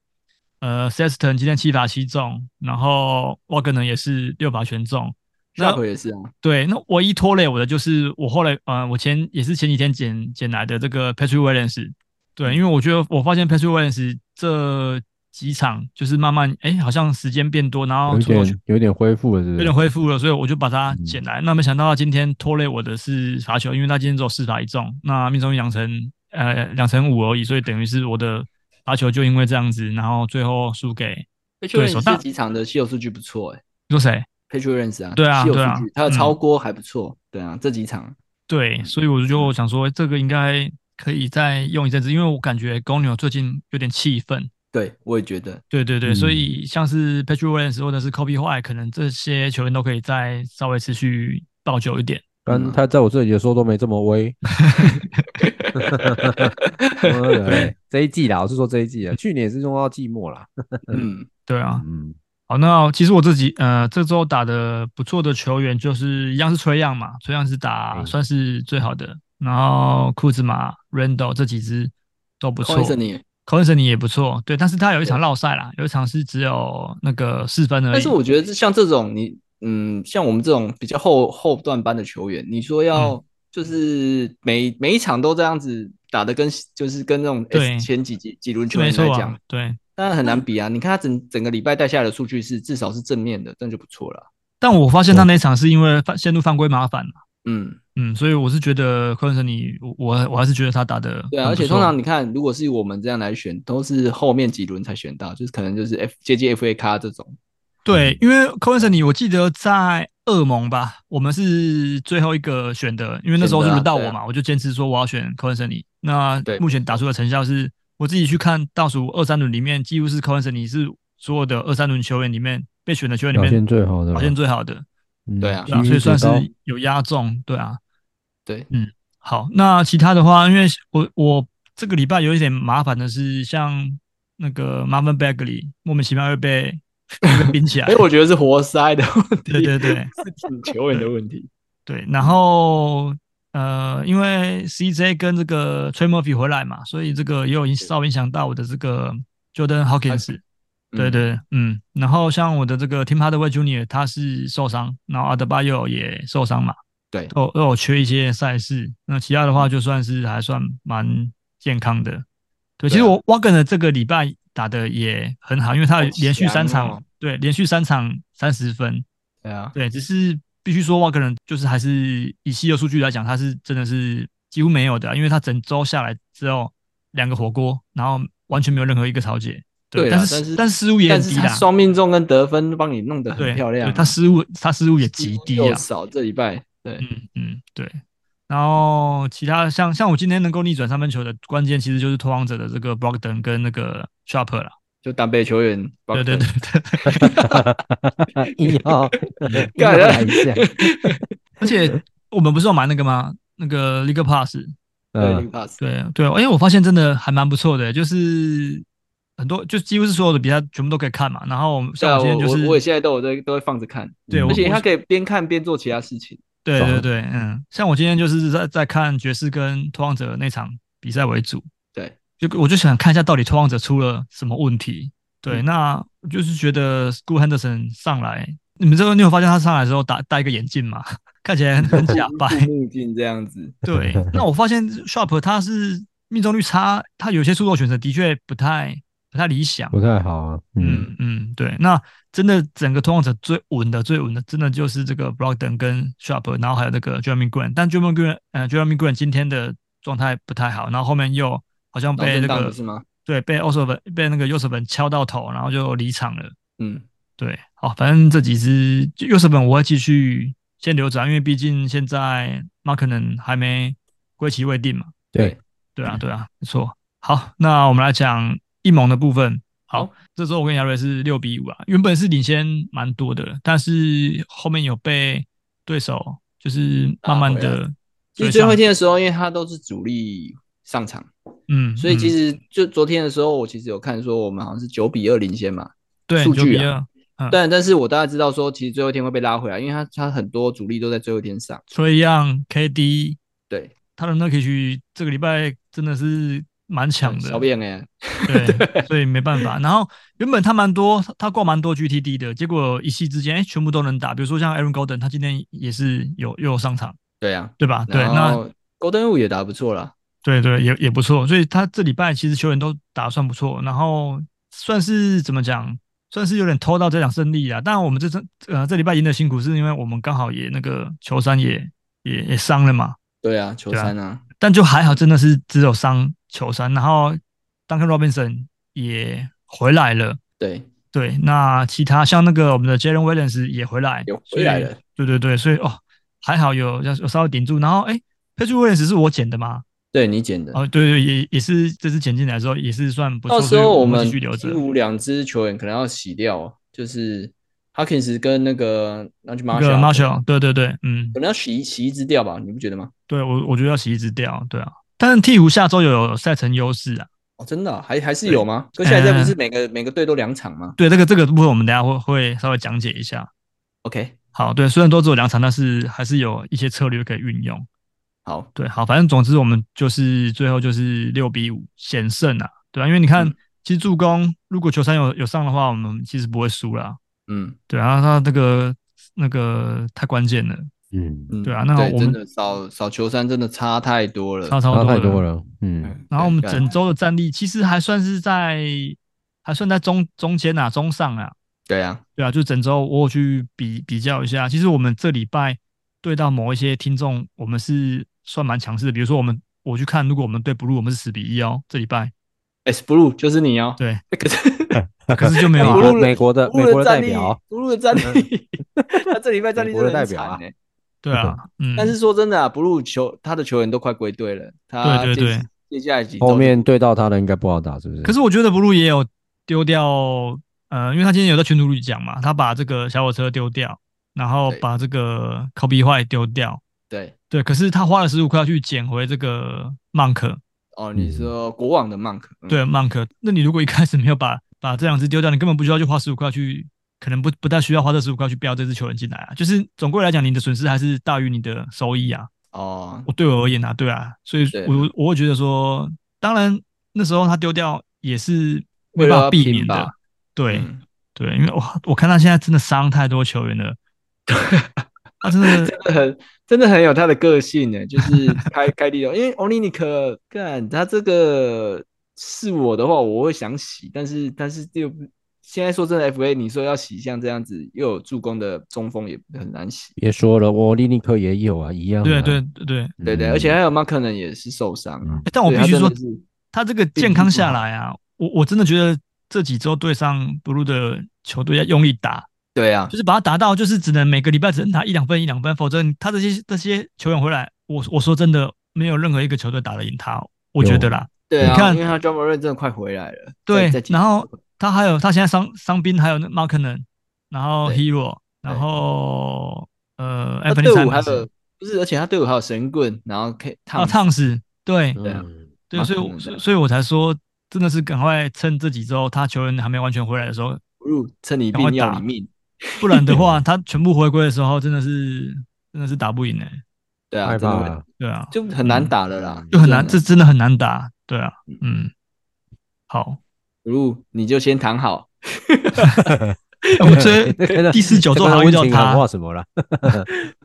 B: 呃 Sexton 今天七罚七中，然后沃格能也是六罚全中。
E: 那会也是啊，
B: 对，那唯一拖累我的就是我后来，呃，我前也是前几天捡捡来的这个 Patrick Williams，对，因
D: 嗯
B: 为我觉得我发现 Patrick Williams 这几场就是慢慢，哎，好像时间变多，然后
D: 有
B: 出手
D: 点嗯有点恢复了，是不
B: 有
D: 是？
B: 点恢复了，所以我就把它捡来。那没想到他今天拖累我的是罚球，因为他今天只有四罚一中，那命中率两成，呃，两成五而已，所以等于是我的罚球就因为这样子，然后最后输给对
E: 佩丘
B: 手
E: 认识
B: 大
E: 这几场的稀有数据不错哎，
B: 你说谁？
E: 佩丘认识啊，
B: 对啊
E: 稀有
B: 对啊
E: 数据他的
B: 嗯
E: 超锅还不错，对啊，这几场
B: 对，所以我就
D: 嗯
B: 想说，这个应该可以再用一阵子，因为我感觉公牛最近有点气愤。
E: 对我也觉得，
B: 对对对，所
D: 嗯
B: 以像是 Patrick Williams 或者是 Kobe White，可能这些球员都可以再稍微持续抱久一点。
D: 但他在我这里的时候都没这么 威。 妈的欸 这一季啦，我是说这一季啊，去年也是用到寂寞啦。
E: 嗯，
B: 对啊，
D: 嗯，
B: 好，那其实我自己呃这周打的不错的球员就是一样是崔样嘛，崔样是打
D: 嗯
B: 算是最好的，然后库兹马、Randall 这几支都不错。
E: 换森你，
B: c o n s o n 也不错，对，但是他有一场落赛啦，有一场是只有那个四分而已。
E: 但是我觉得这像这种你，嗯，像我们这种比较后后段班的球员，你说
B: 嗯
E: 要就是每每一场都这样子打的，跟就是跟那种
B: 对
E: S 前几几几轮球
B: 没
E: 员来
B: 错啊、
E: 讲，
B: 对。
E: 当然
B: 嗯
E: 很难比啊。你看他整整个礼拜带下来的数据是至少是正面的，这样就不错了。
B: 但我发现他那一场是因为犯陷入犯规麻烦嘛，
E: 嗯，
B: 嗯，所以我是觉得 c o n s o n 你我我我还是觉得他打的
E: 对啊，而且通常你看，如果是我们这样来选，都是后面几轮才选到，就是可能就是 F 接近 FA 卡这种。
B: 对，因为 c o n s o n 你我记得在恶盟吧，我们是最后一个选的，因为那时候是
E: 选的啊
B: 轮到我
E: 对啊
B: 嘛，我就坚持说我要选 c o n s o n 你。那
E: 对
B: 目前打出的成效是，我自己去看倒数二三轮里面，几乎是 c o n s o n 你是所有的二三轮球员里面被选的球员里
D: 表现
B: 面
D: 最好的啦，
B: 表现最好的。
D: 嗯
E: 对啊
B: 对啊，所以算是
D: 几率最高
B: 有压中，对啊，
E: 对，
B: 嗯，好，那其他的话，因为我我这个礼拜有一点麻烦的是，像那个 Marvin Bagley 莫名其妙又被又被冰 起来，
E: 哎、我觉得是活塞的 问题，
B: 对对对
E: 是主球员的问题。
B: 对，然后呃，因为 CJ 跟这个 Trey Murphy 回来嘛，所以这个也有影稍微影响到我的这个 Jordan Hawkins，对
E: 嗯，
B: 对，嗯，然后像我的这个 Tim Hardaway Jr. 他是受伤，然后 Adebayo 也受伤嘛，
E: 对
B: 都都有缺一些赛事。那其他的话，就算是还算蛮健康的。对，其实
E: 对啊
B: 我 w a g n 的这个礼拜打的也很好，因为他
E: 好
B: 连续三
E: 强
B: 场，
E: 哦
B: 对，连续三场三十分，
E: 对啊，
B: 对，只是必须说 w a g n 就是还是以稀有数据来讲，他是真的是几乎没有的啊，因为他整周下来只有两个火锅，然后完全没有任何一个超解。
E: 对啦
B: 但是
E: 但是
B: 但失误也很
E: 但是
B: 低
E: 他
B: 啦，
E: 双命中跟得分帮你弄得
B: 对，
E: 很漂亮啊、
B: 对他失误，他失误也极低
E: 又
B: 啊。
E: 少这礼拜，对，
B: 嗯嗯，对。然后其他像像我今天能够逆转三分球的关键，其实就是拓荒者的这个 Brogdon 跟那个 Sharp 了。
E: 就单北球员，
B: 对对对对。
D: 硬要硬要
E: 干
D: 来 一下，
B: 而且我们不是有买那个吗？那个 League Pass。
E: 对
D: 嗯
E: ，Nick Pass，
B: 对对，哎，我发现真的还蛮不错的，就是很多就几乎是所有的比赛全部都可以看嘛。然后
E: 对
B: 像我
E: 啊，我
B: 今天就是
E: 我我也现在都有在都会放着看，
B: 对我
E: 而且
B: 我
E: 他可以边看边做其他事情。
B: 对
D: 爽
B: 对对，嗯，像我今天就是在在看爵士跟拓荒者那场比赛为主，
E: 对，
B: 就我就想看一下到底拓荒者出了什么问题。对，
E: 嗯
B: 那我就是觉得 School Henderson 上来，你们这个你有发现他上来的时候打戴一个眼镜嘛， 看起来很假
E: 目
B: 白。
E: 目镜这样子，
B: 对，那我发现 Sharp 他是命中率差，他有些出手选择的确不太不太理想。
D: 不太好啊，嗯，
B: 嗯嗯，对，那真的整个通往者最稳的、最稳的，真的就是这个 Brogdon 跟 Sharp，然后还有那个 Jeremy Green，但 Jeremy Green 呃 Jeremy Green 今天的状态不太好，然后后面又好像
E: 脑
B: 被
E: 震
B: 那
E: 荡
B: 个
E: 不是吗？
B: 对被 o s o 被那个 o s o 敲到头，然后就离场了。
E: 嗯，
B: 对，好，反正这几支 o s o 我会继续先留着啊，因为毕竟现在 m a r k 能还没归期未定嘛。
D: 对，
B: 对啊，对啊，没错。好，那我们来讲一盟的部分。好，
E: 好
B: 这周我跟亚瑞是六比五啊，原本是领先蛮多的，但是后面有被对手就是慢慢
E: 打回
B: 的
E: 其
B: 追
E: 实最
B: 上，
E: 后一天的时候，因为他都是主力上场，
B: 嗯，
E: 所以其
B: 嗯
E: 实就昨天的时候，我其实有看说我们好像是九比二领先嘛，
B: 对
E: 数
B: 9
E: 据
B: 比
E: 啊
B: 二，嗯
E: 但但是我大概知道说，其实最后一天会被拉回来，因为他他很多主力都在最后一天上，
B: 所以让 KD
E: 对，
B: 他的 Nurkic 这个礼拜真的是蛮强的，啊
E: 小便哎，
B: 对，所以没办法。然后原本他蛮多，他他挂蛮多 GTD 的，结果一夕之间，哎、全部都能打。比如说像 Aaron Golden，他今天也是有又有上场，
E: 对啊，
B: 对吧？对，
E: 然
B: 那
E: 后 Golden Wood 也打得不错啦，
B: 对对也也不错。所以他这礼拜其实球员都打得算不错，然后算是怎么讲，算是有点偷到这场胜利啊。当然我们这阵呃这礼拜赢的辛苦，是因为我们刚好也那个球衫也也也伤了嘛，
E: 对啊，球
B: 对啊
E: 三啊，
B: 但就还好，真的是只有伤球衫。然后 Duncan Robinson 也回来了。
E: 对，
B: 对，那其他像那个我们的 Jalen Williams 也回来，
E: 有回来
B: 所以
E: 了。
B: 对对对，所以哦，还好有有有稍微顶住。然后哎 p a t r i Williams 是我捡的吗？
E: 对你捡的。
B: 哦，对对，也也是这次捡进来之后也是算不错，
E: 到时候
B: 所以
E: 我
B: 我
E: 们
B: 继续留着
E: 鹈。鹕两支球员可能要洗掉哦，就是 Hawkins 跟那个那就
B: 那个
E: Marshall
B: Marshall，对对对，嗯，
E: 可能要洗一洗一支掉吧，你不觉得吗？
B: 对我我觉得要洗一只掉，对啊。但是鹈鹕下周有赛程优势啊，
E: 哦，真的啊、还还是有吗？跟下一站不
B: 呃
E: 是每个、每个队都两场吗
B: 对这个这个部分我们等一下会会稍微讲解一下。
E: ？OK，
B: 好，对，虽然都只有两场，但是还是有一些策略可以运用。
E: 好，
B: 对，好，反正总之我们就是最后就是六比五险胜啊，对啊，因为你看，
E: 嗯
B: 其实助攻如果球三有有上的话，我们其实不会输啦，
E: 嗯
B: 对啊，他那个那个太关键了，
D: 嗯，
E: 嗯，
B: 对啊那我们
E: 真的少少球三真的差太多了，
B: 差超
D: 差
B: 多
D: 太多
B: 了。哎
D: 了，嗯，
B: 然后我们
E: 对啊
B: 整周的战力其实还算是在还算在中中间啊，中上啊，
E: 对啊，
B: 对啊，就整周我有去比比较一下，其实我们这礼拜对到某一些听众，我们是算蛮强势的，比如说我们我去看，如果我们对 blue，我们是十比一哦，这礼 拜。
E: 哎、b l u e 就是你哦，
B: 对，
E: 可是
B: 可是就没有
E: 哎
B: 啊
D: 美
E: 我录
D: 国
E: 了
D: 美国的呃美国的代表，啊嗯
E: 布鲁的战力， 他这礼拜战力
D: 美
E: 真
D: 国的
E: 的很
D: 代表啊
E: 惨欸
B: 对啊，嗯，
E: 但是说真的啊，布鲁球他的球员都快归队了，他
B: 对对
E: 接
B: 对
E: 接下来几周
D: 后面对到他的应该不好打，是不是？
B: 可是我觉得 blue 也有丢掉，呃，因为他今天有在群组里讲嘛，他把这个小火车丢掉，然后
E: 对
B: 把这个 copy 坏丢掉，
D: 嗯
E: 对
B: 对，可是他花了十五块要去捡回这个 monk，
E: 哦，你
D: 嗯
E: 说国王的 Monk，、嗯、
B: 对 monk，那你如果一开始没有把把这两只丢掉，你根本不需要去花十五块去。可能不不太需要花这十五块去标这支球员进来啊，就是总归来讲，你的损失还是大于你的收益啊。
E: 哦
B: 我，对我而言啊，对啊，所以
E: 对
B: 我我会觉得说，当然那时候他丢掉也是没
E: 为了
B: 办
E: 要
B: 法避
E: 拼
B: 免的
E: 吧，
B: 对、
E: 嗯
B: 对，因为我我看他现在真的伤太多球员 了，他真的
E: 真的很真的很有他的个性呢，就是开开利用，因为 Olinik 干他这个是我的话，我会想洗，但是但是又现在说真的，FA 你说要洗像这样子又有助攻的中锋也很难洗，
D: 别说了，我利尼克也有啊，一样、啊，
B: 对对对对、
D: 嗯
E: 对对，而且还有 m a r k 能也是受伤啊，
B: 嗯但我
E: 对
B: 必须
E: 他真
B: 说
E: 的，是
B: 他这个健康下来啊，我我真的觉得这几周对上 blue 的球队要用力打，
E: 对啊
B: 就，是把他打到就是只能每个礼拜只能拿一两分一两分，否则他这些这些球员回来，我我说真的没有任何一个球队打得赢他，我觉得啦。
E: 对
B: 你看
E: 啊，因为他 John Moran 真的快回来了，
B: 对
E: 在在，几
B: 然后
E: 周
B: 他还有他现在伤伤兵，还有那 m a r k n e n 然后
E: 对
B: Hero，然后呃
E: 他
B: Anthony
E: 队伍
B: Simons，
E: 还有不是，而且他队伍还有神棍，然后 K
B: 啊
E: 烫
B: 烫死，对
E: 对啊
D: 嗯
B: 对，
E: Markkanen
B: 所以我
E: 的
B: 所以所以我才说，真的是赶快趁这几周他球员还没完全回来的时候，
E: 入，趁你
B: 赶快
E: 病要
B: 打
E: 你命，
B: 不然的 话他全部回归的时候，真的是真的是打不赢哎、
E: 对啊，
D: 害
E: 真的
D: 怕
E: 会
D: 了，
B: 对啊，
E: 就很难打了啦，
B: 就很难，这真的很难打，对啊，嗯， 好，
E: 如你就先躺好，
B: 我觉 得第四九周好像遇到
D: 看他温情喊
B: 他
D: 话，什么了？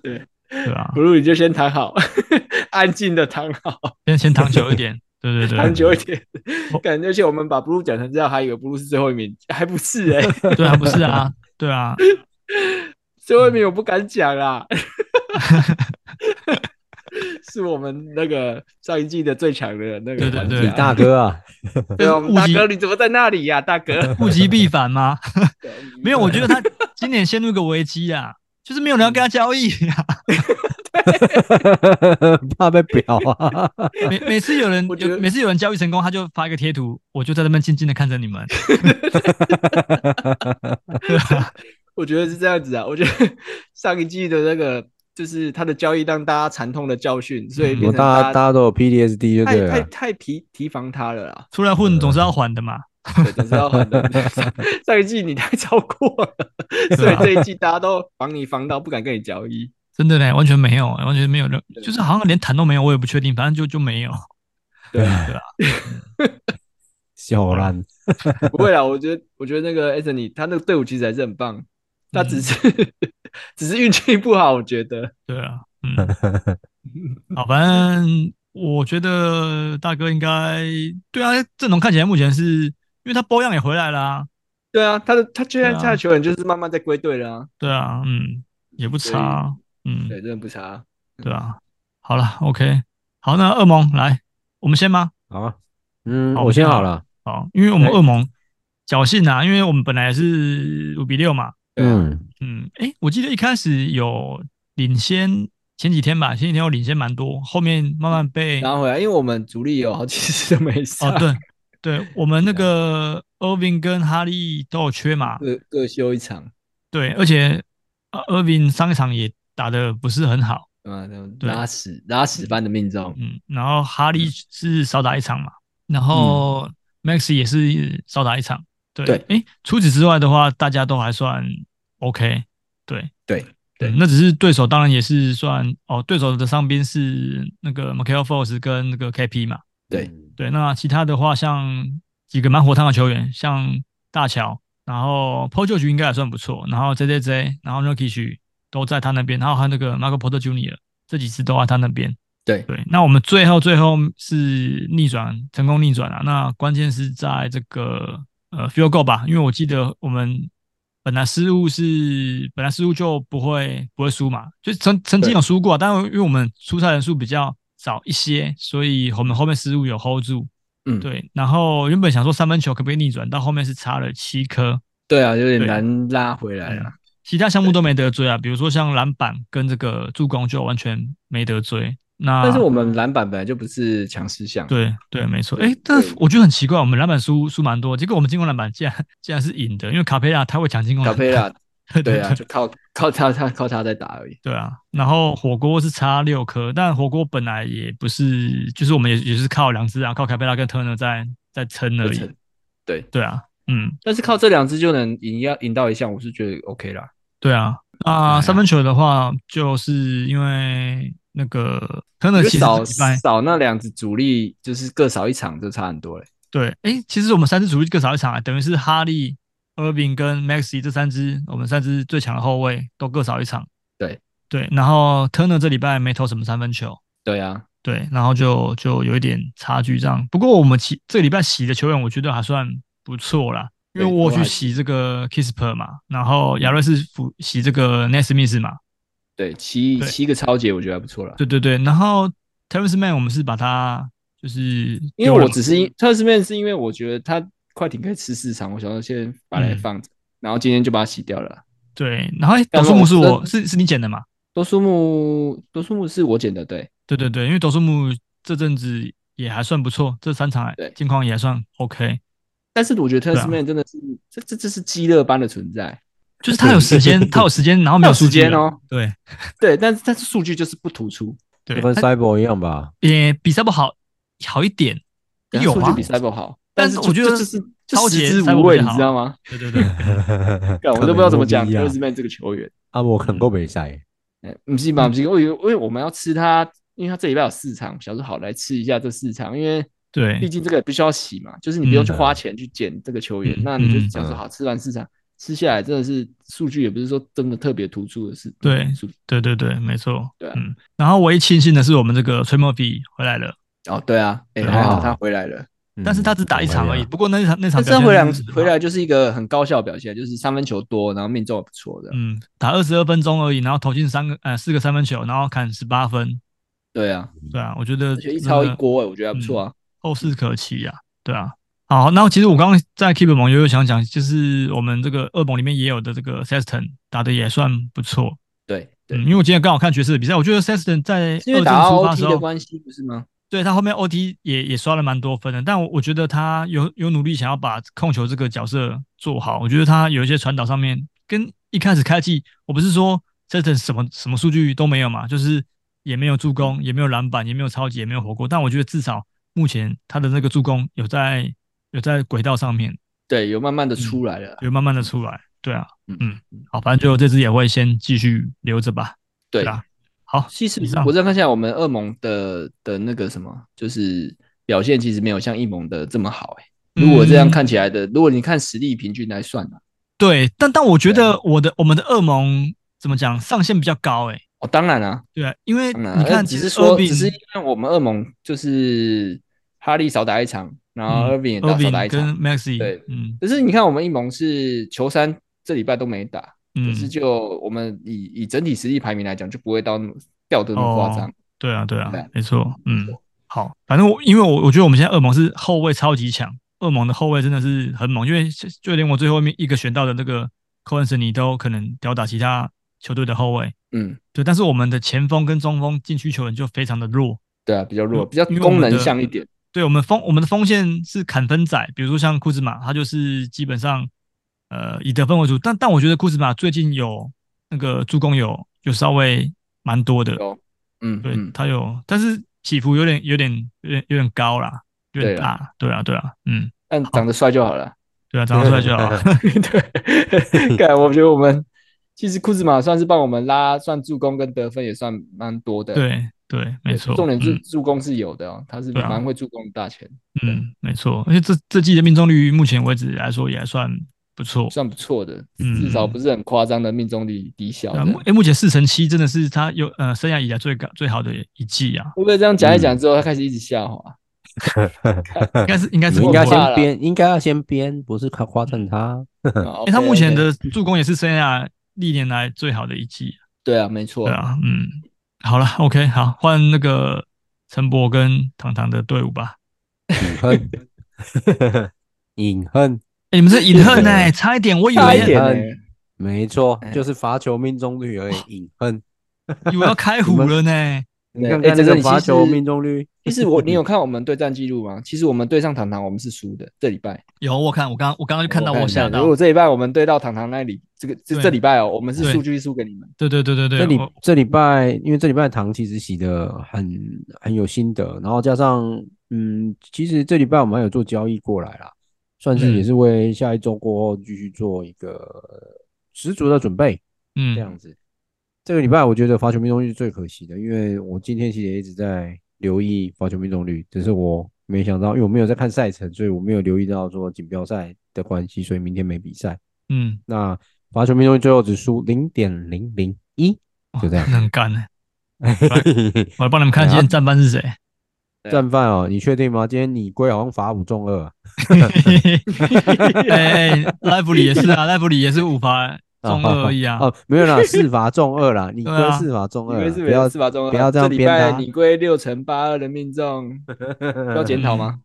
B: 对啊，
E: 如你就先躺好， 安静的躺好，
B: 先先躺久一点，对对对，
E: 躺久一点
B: 我。
E: 感觉而且我们把 Blue 讲成这样，还以为 Blue 是最后一名，还不是哎、
B: 对啊，不是啊，对啊，
E: 最后一名我不敢讲 啦。是我们那个上一季的最强的那个
B: 对对
E: 玩
B: 对
E: 家，
D: 你大哥啊，
E: 对我们
B: 物
E: 大
B: 极
E: 哥，你怎么在那里呀、大哥？
B: 物极必反 吗？ 没有，我觉得他今年陷入一个危机啊， 就是没有人要跟他交易啊。
D: 怕被表 啊，
B: 每每次有人
E: 嗯我觉
B: 有
E: 得
B: 每次有人交易成功，他就发一个贴图，我就在那边静静的看着你们。
E: 嗯
B: 对啊
E: 我觉得是这样子啊，我觉得 上一季的那个就是他的交易让大家惨痛的教训，所以
B: 嗯。
E: 变
D: 我
E: 成
D: 大家大
E: 家
D: 家都有 PDSD 就对
E: 太太
D: 了，
E: 太提提防他了啦
B: 出来混总是要还的嘛。
E: 对，只知道很 多上一季你太超过了，所以这一季大家都防你防到不敢跟你交易。
B: 真的嘞，完全没有，完全没有任，就是好像连谈都没有，我也不确定，反正就就没有。
E: 对啊
B: 对啊，
D: 小兰，
E: 不会啦，我觉得我觉得那个 Anthony 他那个队伍其实还是很棒，他
B: 嗯
E: 只是、 只是运气不好，我觉得。
B: 对啊，嗯， 好，反正我觉得大哥应该对啊，郑龙看起来目前是因为他包样也回来啦、
E: 对啊，他的他现在
B: 对啊
E: 他的球员就是慢慢在归队了、啊，
B: 对啊，嗯，也不
E: 所以
B: 差，嗯，
E: 对，真的不差。
B: 对啊，好了，OK，好，那恶魔来，我们先吗？
D: 好啊，嗯，
B: 好
D: 我先好了，
B: 好，因为我们
D: 哎
B: 恶魔侥幸啊，因为我们本来是五比六嘛，
E: 对啊
D: 嗯，
B: 嗯，诶，我记得一开始有领先，前几天吧，前几天有领先蛮多，后面慢慢被
E: 然后回来，因为我们主力有好几次都没上，
B: 哦，对对，我们那个 Irving 跟哈利都有缺嘛，
E: 各各休一场，
B: 对，而且呃 Irving 上一场也打的不是很好，
E: 对吧？然后
B: 对
E: 拉屎拉屎般的命中，
B: 嗯，然后哈利是少打一场嘛，然后 Max 也是少打一场，对，
E: 嗯对
B: 诶，除此之外的话，大家都还算 OK，对
E: 对对
B: 嗯那只是对手当然也是算哦，对手的上边是那个 Michael Force 跟那个 KP 嘛，
E: 对
D: 嗯
B: 对，那其他的话，像几个蛮火烫的球员，像大乔，然后 p o j o 局应该也算不错，然后 JJJ，然后 Rocky 局都在他那边，然后还有那个 Marco Porter Jr. 这几次都在他那边。
E: 对
B: 对，那我们最后最后是逆转成功逆转了、啊那关键是在这个呃 field goal 吧，因为我记得我们本来失误是本来失误就不会不会输嘛，就曾曾经有输过啊、但因为我们出赛人数比较少一些，所以我们后面失误有 hold 住。
E: 嗯
B: 对。然后原本想说三分球可不可以逆转，到后面是差了七颗，
E: 对啊，有点
B: 对嗯
E: 难拉回来啊了。
B: 其他项目都没得追啊，比如说像篮板跟这个助攻就完全没得追。那
E: 但是我们篮板本来就不是强势项，
B: 啊对对，没错。
E: 对
B: 哎，但
E: 对
B: 是我觉得很奇怪，我们篮板输输蛮多，结果我们进攻篮板竟然 竟然是赢的，因为卡佩拉他会抢进攻
E: 卡
B: 篮板。
E: 佩拉，
B: 嗯对
E: 对
B: 对
E: 啊，就靠靠他他靠他在打而已。
B: 对啊，然后火锅是差六颗，但火锅本来也不是，就是我们也也是靠两只啊，靠凯贝拉跟特 u 在在撑而
E: 在
B: 已
E: 撑。对
B: 对啊，嗯，
E: 但是靠这两支就能赢要赢到一项，我是觉得 OK 啦。
B: 对啊。
E: 哎
B: 啊，
E: 呀
B: 三分球的话，就是因为那个特 u
E: 就
B: 其实
E: 少
B: 来
E: 少那两支主力，就是各少一场就差很多嘞。
B: 对，哎，其实我们三支主力各少一场、啊，等于是哈利、厄宾跟 Maxi 这三支，我们三支最强的后卫都各少一场。
E: 对
B: 对，然后 Turner 这礼拜没投什么三分球，
E: 对啊，
B: 对，然后就就有一点差距这样。不过我们洗这个礼拜洗的球员，我觉得还算不错啦，因为
E: 对
B: 我
E: 都
B: 去
E: 还
B: 洗这个 Kisper 嘛，然后亚瑞是辅洗这个 Nesmith 嘛，
E: 对七
B: 对
E: 七个超节，我觉得还不错啦。
B: 对对对，然后 Terrence Man 我们是把他就是
E: 因
B: 丢
E: 为
B: 了
E: 我只是因特斯曼是因为我觉得他快艇可以吃四场，我想说先把它
B: 嗯
E: 放着，然后今天就把它洗掉了。
B: 对，然后诶
E: 但
B: 斗
E: 是
B: 数
E: 我
B: 木是
E: 真
B: 我是是你捡的嘛？
E: 多苏木多苏木是我捡的，对
B: 对对对，因为斗数木这阵子也还算不错，这三场
E: 对
B: 近况也还算 OK，
E: 但是我觉得特
B: 对啊
E: 斯曼真的是、这这这是基勒般的存在，
B: 就是他有时间，他有时间，然后没
E: 他
B: 有数
E: 时
B: 据啊
E: 间
B: 了，
E: 哦，
B: 对
E: 对，但是但是数据就是不突出，
B: 对，
D: 就跟
B: 他
D: Cyber 一样吧，
B: 也比赛不好好一点，
E: 但
B: 有
E: 数
B: 啊
E: 据比，赛不好，
B: 但
E: 是
B: 是
E: 就
B: 我觉得
E: 就就是
B: 超
E: 就
B: 级
E: 食之
B: 赛
E: 无
B: 果比较
E: 味，你
B: 好
E: 知道吗？
B: 对对对，
E: 干我都不知道怎么讲
D: 可能
E: 特
D: 不
E: 斯
D: 一样
E: 曼这个球员，
D: 啊，我可能够没赛，
E: 哎不是吧？不是，我以为因为我们要吃他，因为他这礼拜有四场，想说好来吃一下这四场，因为。
B: 对
E: 毕竟这个也不需要洗嘛，就是你不用去
D: 嗯
E: 花钱去捡这个球员，
B: 嗯
E: 那你就
B: 嗯
E: 想说
D: 嗯
E: 好吃完市场吃下来真的是数据也不是说真的特别突出的事，
B: 对
E: 数
B: 对对对，没错，
E: 对啊
B: 嗯。然后唯一庆幸的是，我们这个崔莫比回来了，
E: 哦对啊，哎、
D: 对啊
E: 还好他回来了，
B: 但是他只打一场而已。
D: 嗯
B: 不过那场那场
E: 但是
B: 表
E: 他
B: 现
E: 回来
B: 是
E: 回，来就是一个很高效的表现，就是三分球多，然后命中也不错的，
B: 嗯，打二十二分钟而已，然后投进三个呃四个三分球，然后砍十八分，
E: 对啊，
B: 对啊，我觉得
E: 而且一
B: 真
E: 超一
B: 的嗯
E: 锅、哎，我觉得还不错啊，
B: 后事可期呀、对啊。好，然后其实我刚刚在 Keep 盟也有想讲，就是我们这个二盟里面也有的这个 Sexton 打的也算不错，
E: 对对，
B: 嗯，因为我今天刚好看爵士的比赛，我觉得 Sexton 在
E: 是因为
B: 二
E: 打
B: 战出发的
E: OT
B: 时
E: 的
B: 候，
E: 关系不是吗？
B: 对他后面 OT 也也刷了蛮多分的，但我我觉得他有有努力想要把控球这个角色做好，我觉得他有一些传导上面跟一开始开季，我不是说 Sexton 什么什么数据都没有嘛，就是也没有助攻，也没有篮板，也没有超级，也没有火锅，但我觉得至少目前他的那个助攻有在有在轨道上面，
E: 对，有慢慢的出来了，
B: 有慢慢的出来，对啊，
E: 嗯
B: 嗯，好，反正就这支也会先继续留着吧，
E: 对
B: 啊，好，
E: 其实
B: 以上
E: 我这样看下来，我们恶盟的的那个什么，就是表现其实没有像一盟的这么好、欸。如果这样
B: 嗯
E: 看起来的，如果你看实力平均来算啊，
B: 对，但但我觉得我的我们的恶盟怎么讲上限比较高诶、欸
E: 哦，当然啊，
B: 对啊，因为
E: 当然啊
B: 你看，
E: 只
B: 其
E: 是
B: 实
E: 说，
B: Irving-
E: 只是因为我们恶盟就是哈利少打一场，然
B: 嗯
E: 后 Irving 也打少打
B: Irving
E: 一场
B: 跟，Maxi，
E: 对
B: 嗯
E: 可是你看我们一盟是球三这礼拜都没打，可是
B: 嗯，
E: 就我们以以整体实力排名来讲，就不会到那么掉的那么夸张
B: 哦。对啊，对啊
E: 对啊，
B: 没错，嗯，好，反正我因为我我觉得我们现在恶魔是后卫超级强，恶魔的后卫真的是很猛，因为就就连我最后面一个选到的那个 c o h e n 你都可能吊打其他球队的后卫，
E: 嗯，
B: 对，但是我们的前锋跟中锋禁区球员就非常的弱，
E: 对啊，比较弱，
B: 嗯
E: 比较
B: 因为我们
E: 功能
B: 的
E: 像一点。
B: 对我们锋我们的锋线是砍分仔，比如说像库兹马，他就是基本上呃以得分为主，但但我觉得库兹马最近有那个助攻有有稍微蛮多的，
E: 有嗯，
B: 对
E: 嗯，
B: 他有，但是起伏有点有点有点有点高啦，有点
E: 对
B: 大
E: 啊
B: 啦，对啊对啊，嗯，
E: 但长得帅就 好了。
B: 对啊，长得帅就好了，
E: 对，看我觉得我们其实库兹马算是帮我们拉，算助攻跟得分也算蛮多的。对，
B: 对对，没错，
E: 重点是
B: 嗯
E: 助攻是有的哦，他是
B: 对啊
E: 蛮会助攻的大前，
B: 嗯，没错，而且这这季的命中率目前为止来说也还算不错，
E: 算不错的，
B: 嗯
E: 至少不是很夸张的命中率低效
B: 对啊，
E: 的。
B: 目诶目前四成七真的是他有呃生涯以来最高最好的一季啊，
E: 会不会这样讲一讲之后，他开始一直下滑？嗯
B: 应该是应该
D: 你
B: 是
D: 们应
E: 我
D: 该
E: 怕
D: 先
E: 了
D: 编，应该要先编，不是夸夸赞 他。
E: 哦
B: 嗯诶他
E: OK，
B: 目前
E: OK
B: 的助攻也是生涯历年来最好的一季，
E: 对啊，没错
B: 对，啊，嗯，好了，OK，好，换那个陈博跟糖糖的队伍吧。
D: 隐恨， 隐恨，
B: 欸、你们是隐恨
D: 对
B: 哎、差一点，我以
E: 差一
B: 为
E: 点呢欸
D: 很没错
E: 哎，
D: 就是罚球命中率而已。隐恨，
B: 以为要开胡了呢。
D: 你
E: 对
D: 看
E: 哎
D: 看这
E: 这个
D: 个
E: 你其
D: 罚球
E: 实
D: 命中率，
E: 其实我，你有看我们对战记录吗？其实我们对上糖糖，我们是输的。这礼拜
B: 有我看，我刚我刚刚就看到我吓到
E: 如，果这礼拜我们对到糖糖那里，这个这
B: 对
E: 这礼拜哦，我们是
B: 对
E: 数据输给你们。
B: 对对对对对，
D: 这礼
B: 我
D: 这礼拜，因为这礼拜糖其实洗的很很有心得，然后加上嗯，其实这礼拜我们还有做交易过来啦，算是也
B: 嗯
D: 是为下一周过后继续做一个呃十足的准备，
B: 嗯
D: 这样子。这个礼拜我觉得罚球命中率是最可惜的，因为我今天其实也一直在留意罚球命中率，只是我没想到，因为我没有在看赛程，所以我没有留意到说锦标赛的关系，所以明天没比赛。
B: 嗯，
D: 那罚球命中率最后只输零点零零一，
B: 哇
D: 就这样
B: 真的很干呢、 我来帮你们看今天战班是谁。
E: 啊
D: 战犯哦，你确定吗？今天你龟好像罚五中二啊、
B: 哎哎，赖布里也是啊，赖布里也是五罚中二而已啊。
D: 哦，没 有啦，四罚中二啦，你
B: 对
D: 龟
B: 啊
D: 四罚中
E: 你
D: 二啦，
E: 们是
D: 不
E: 没有
D: 要
E: 四罚中二，
D: 不要这样
E: 这礼
D: 编
E: 拜
D: 他
E: 你，归六乘八二的命中，要检 讨吗？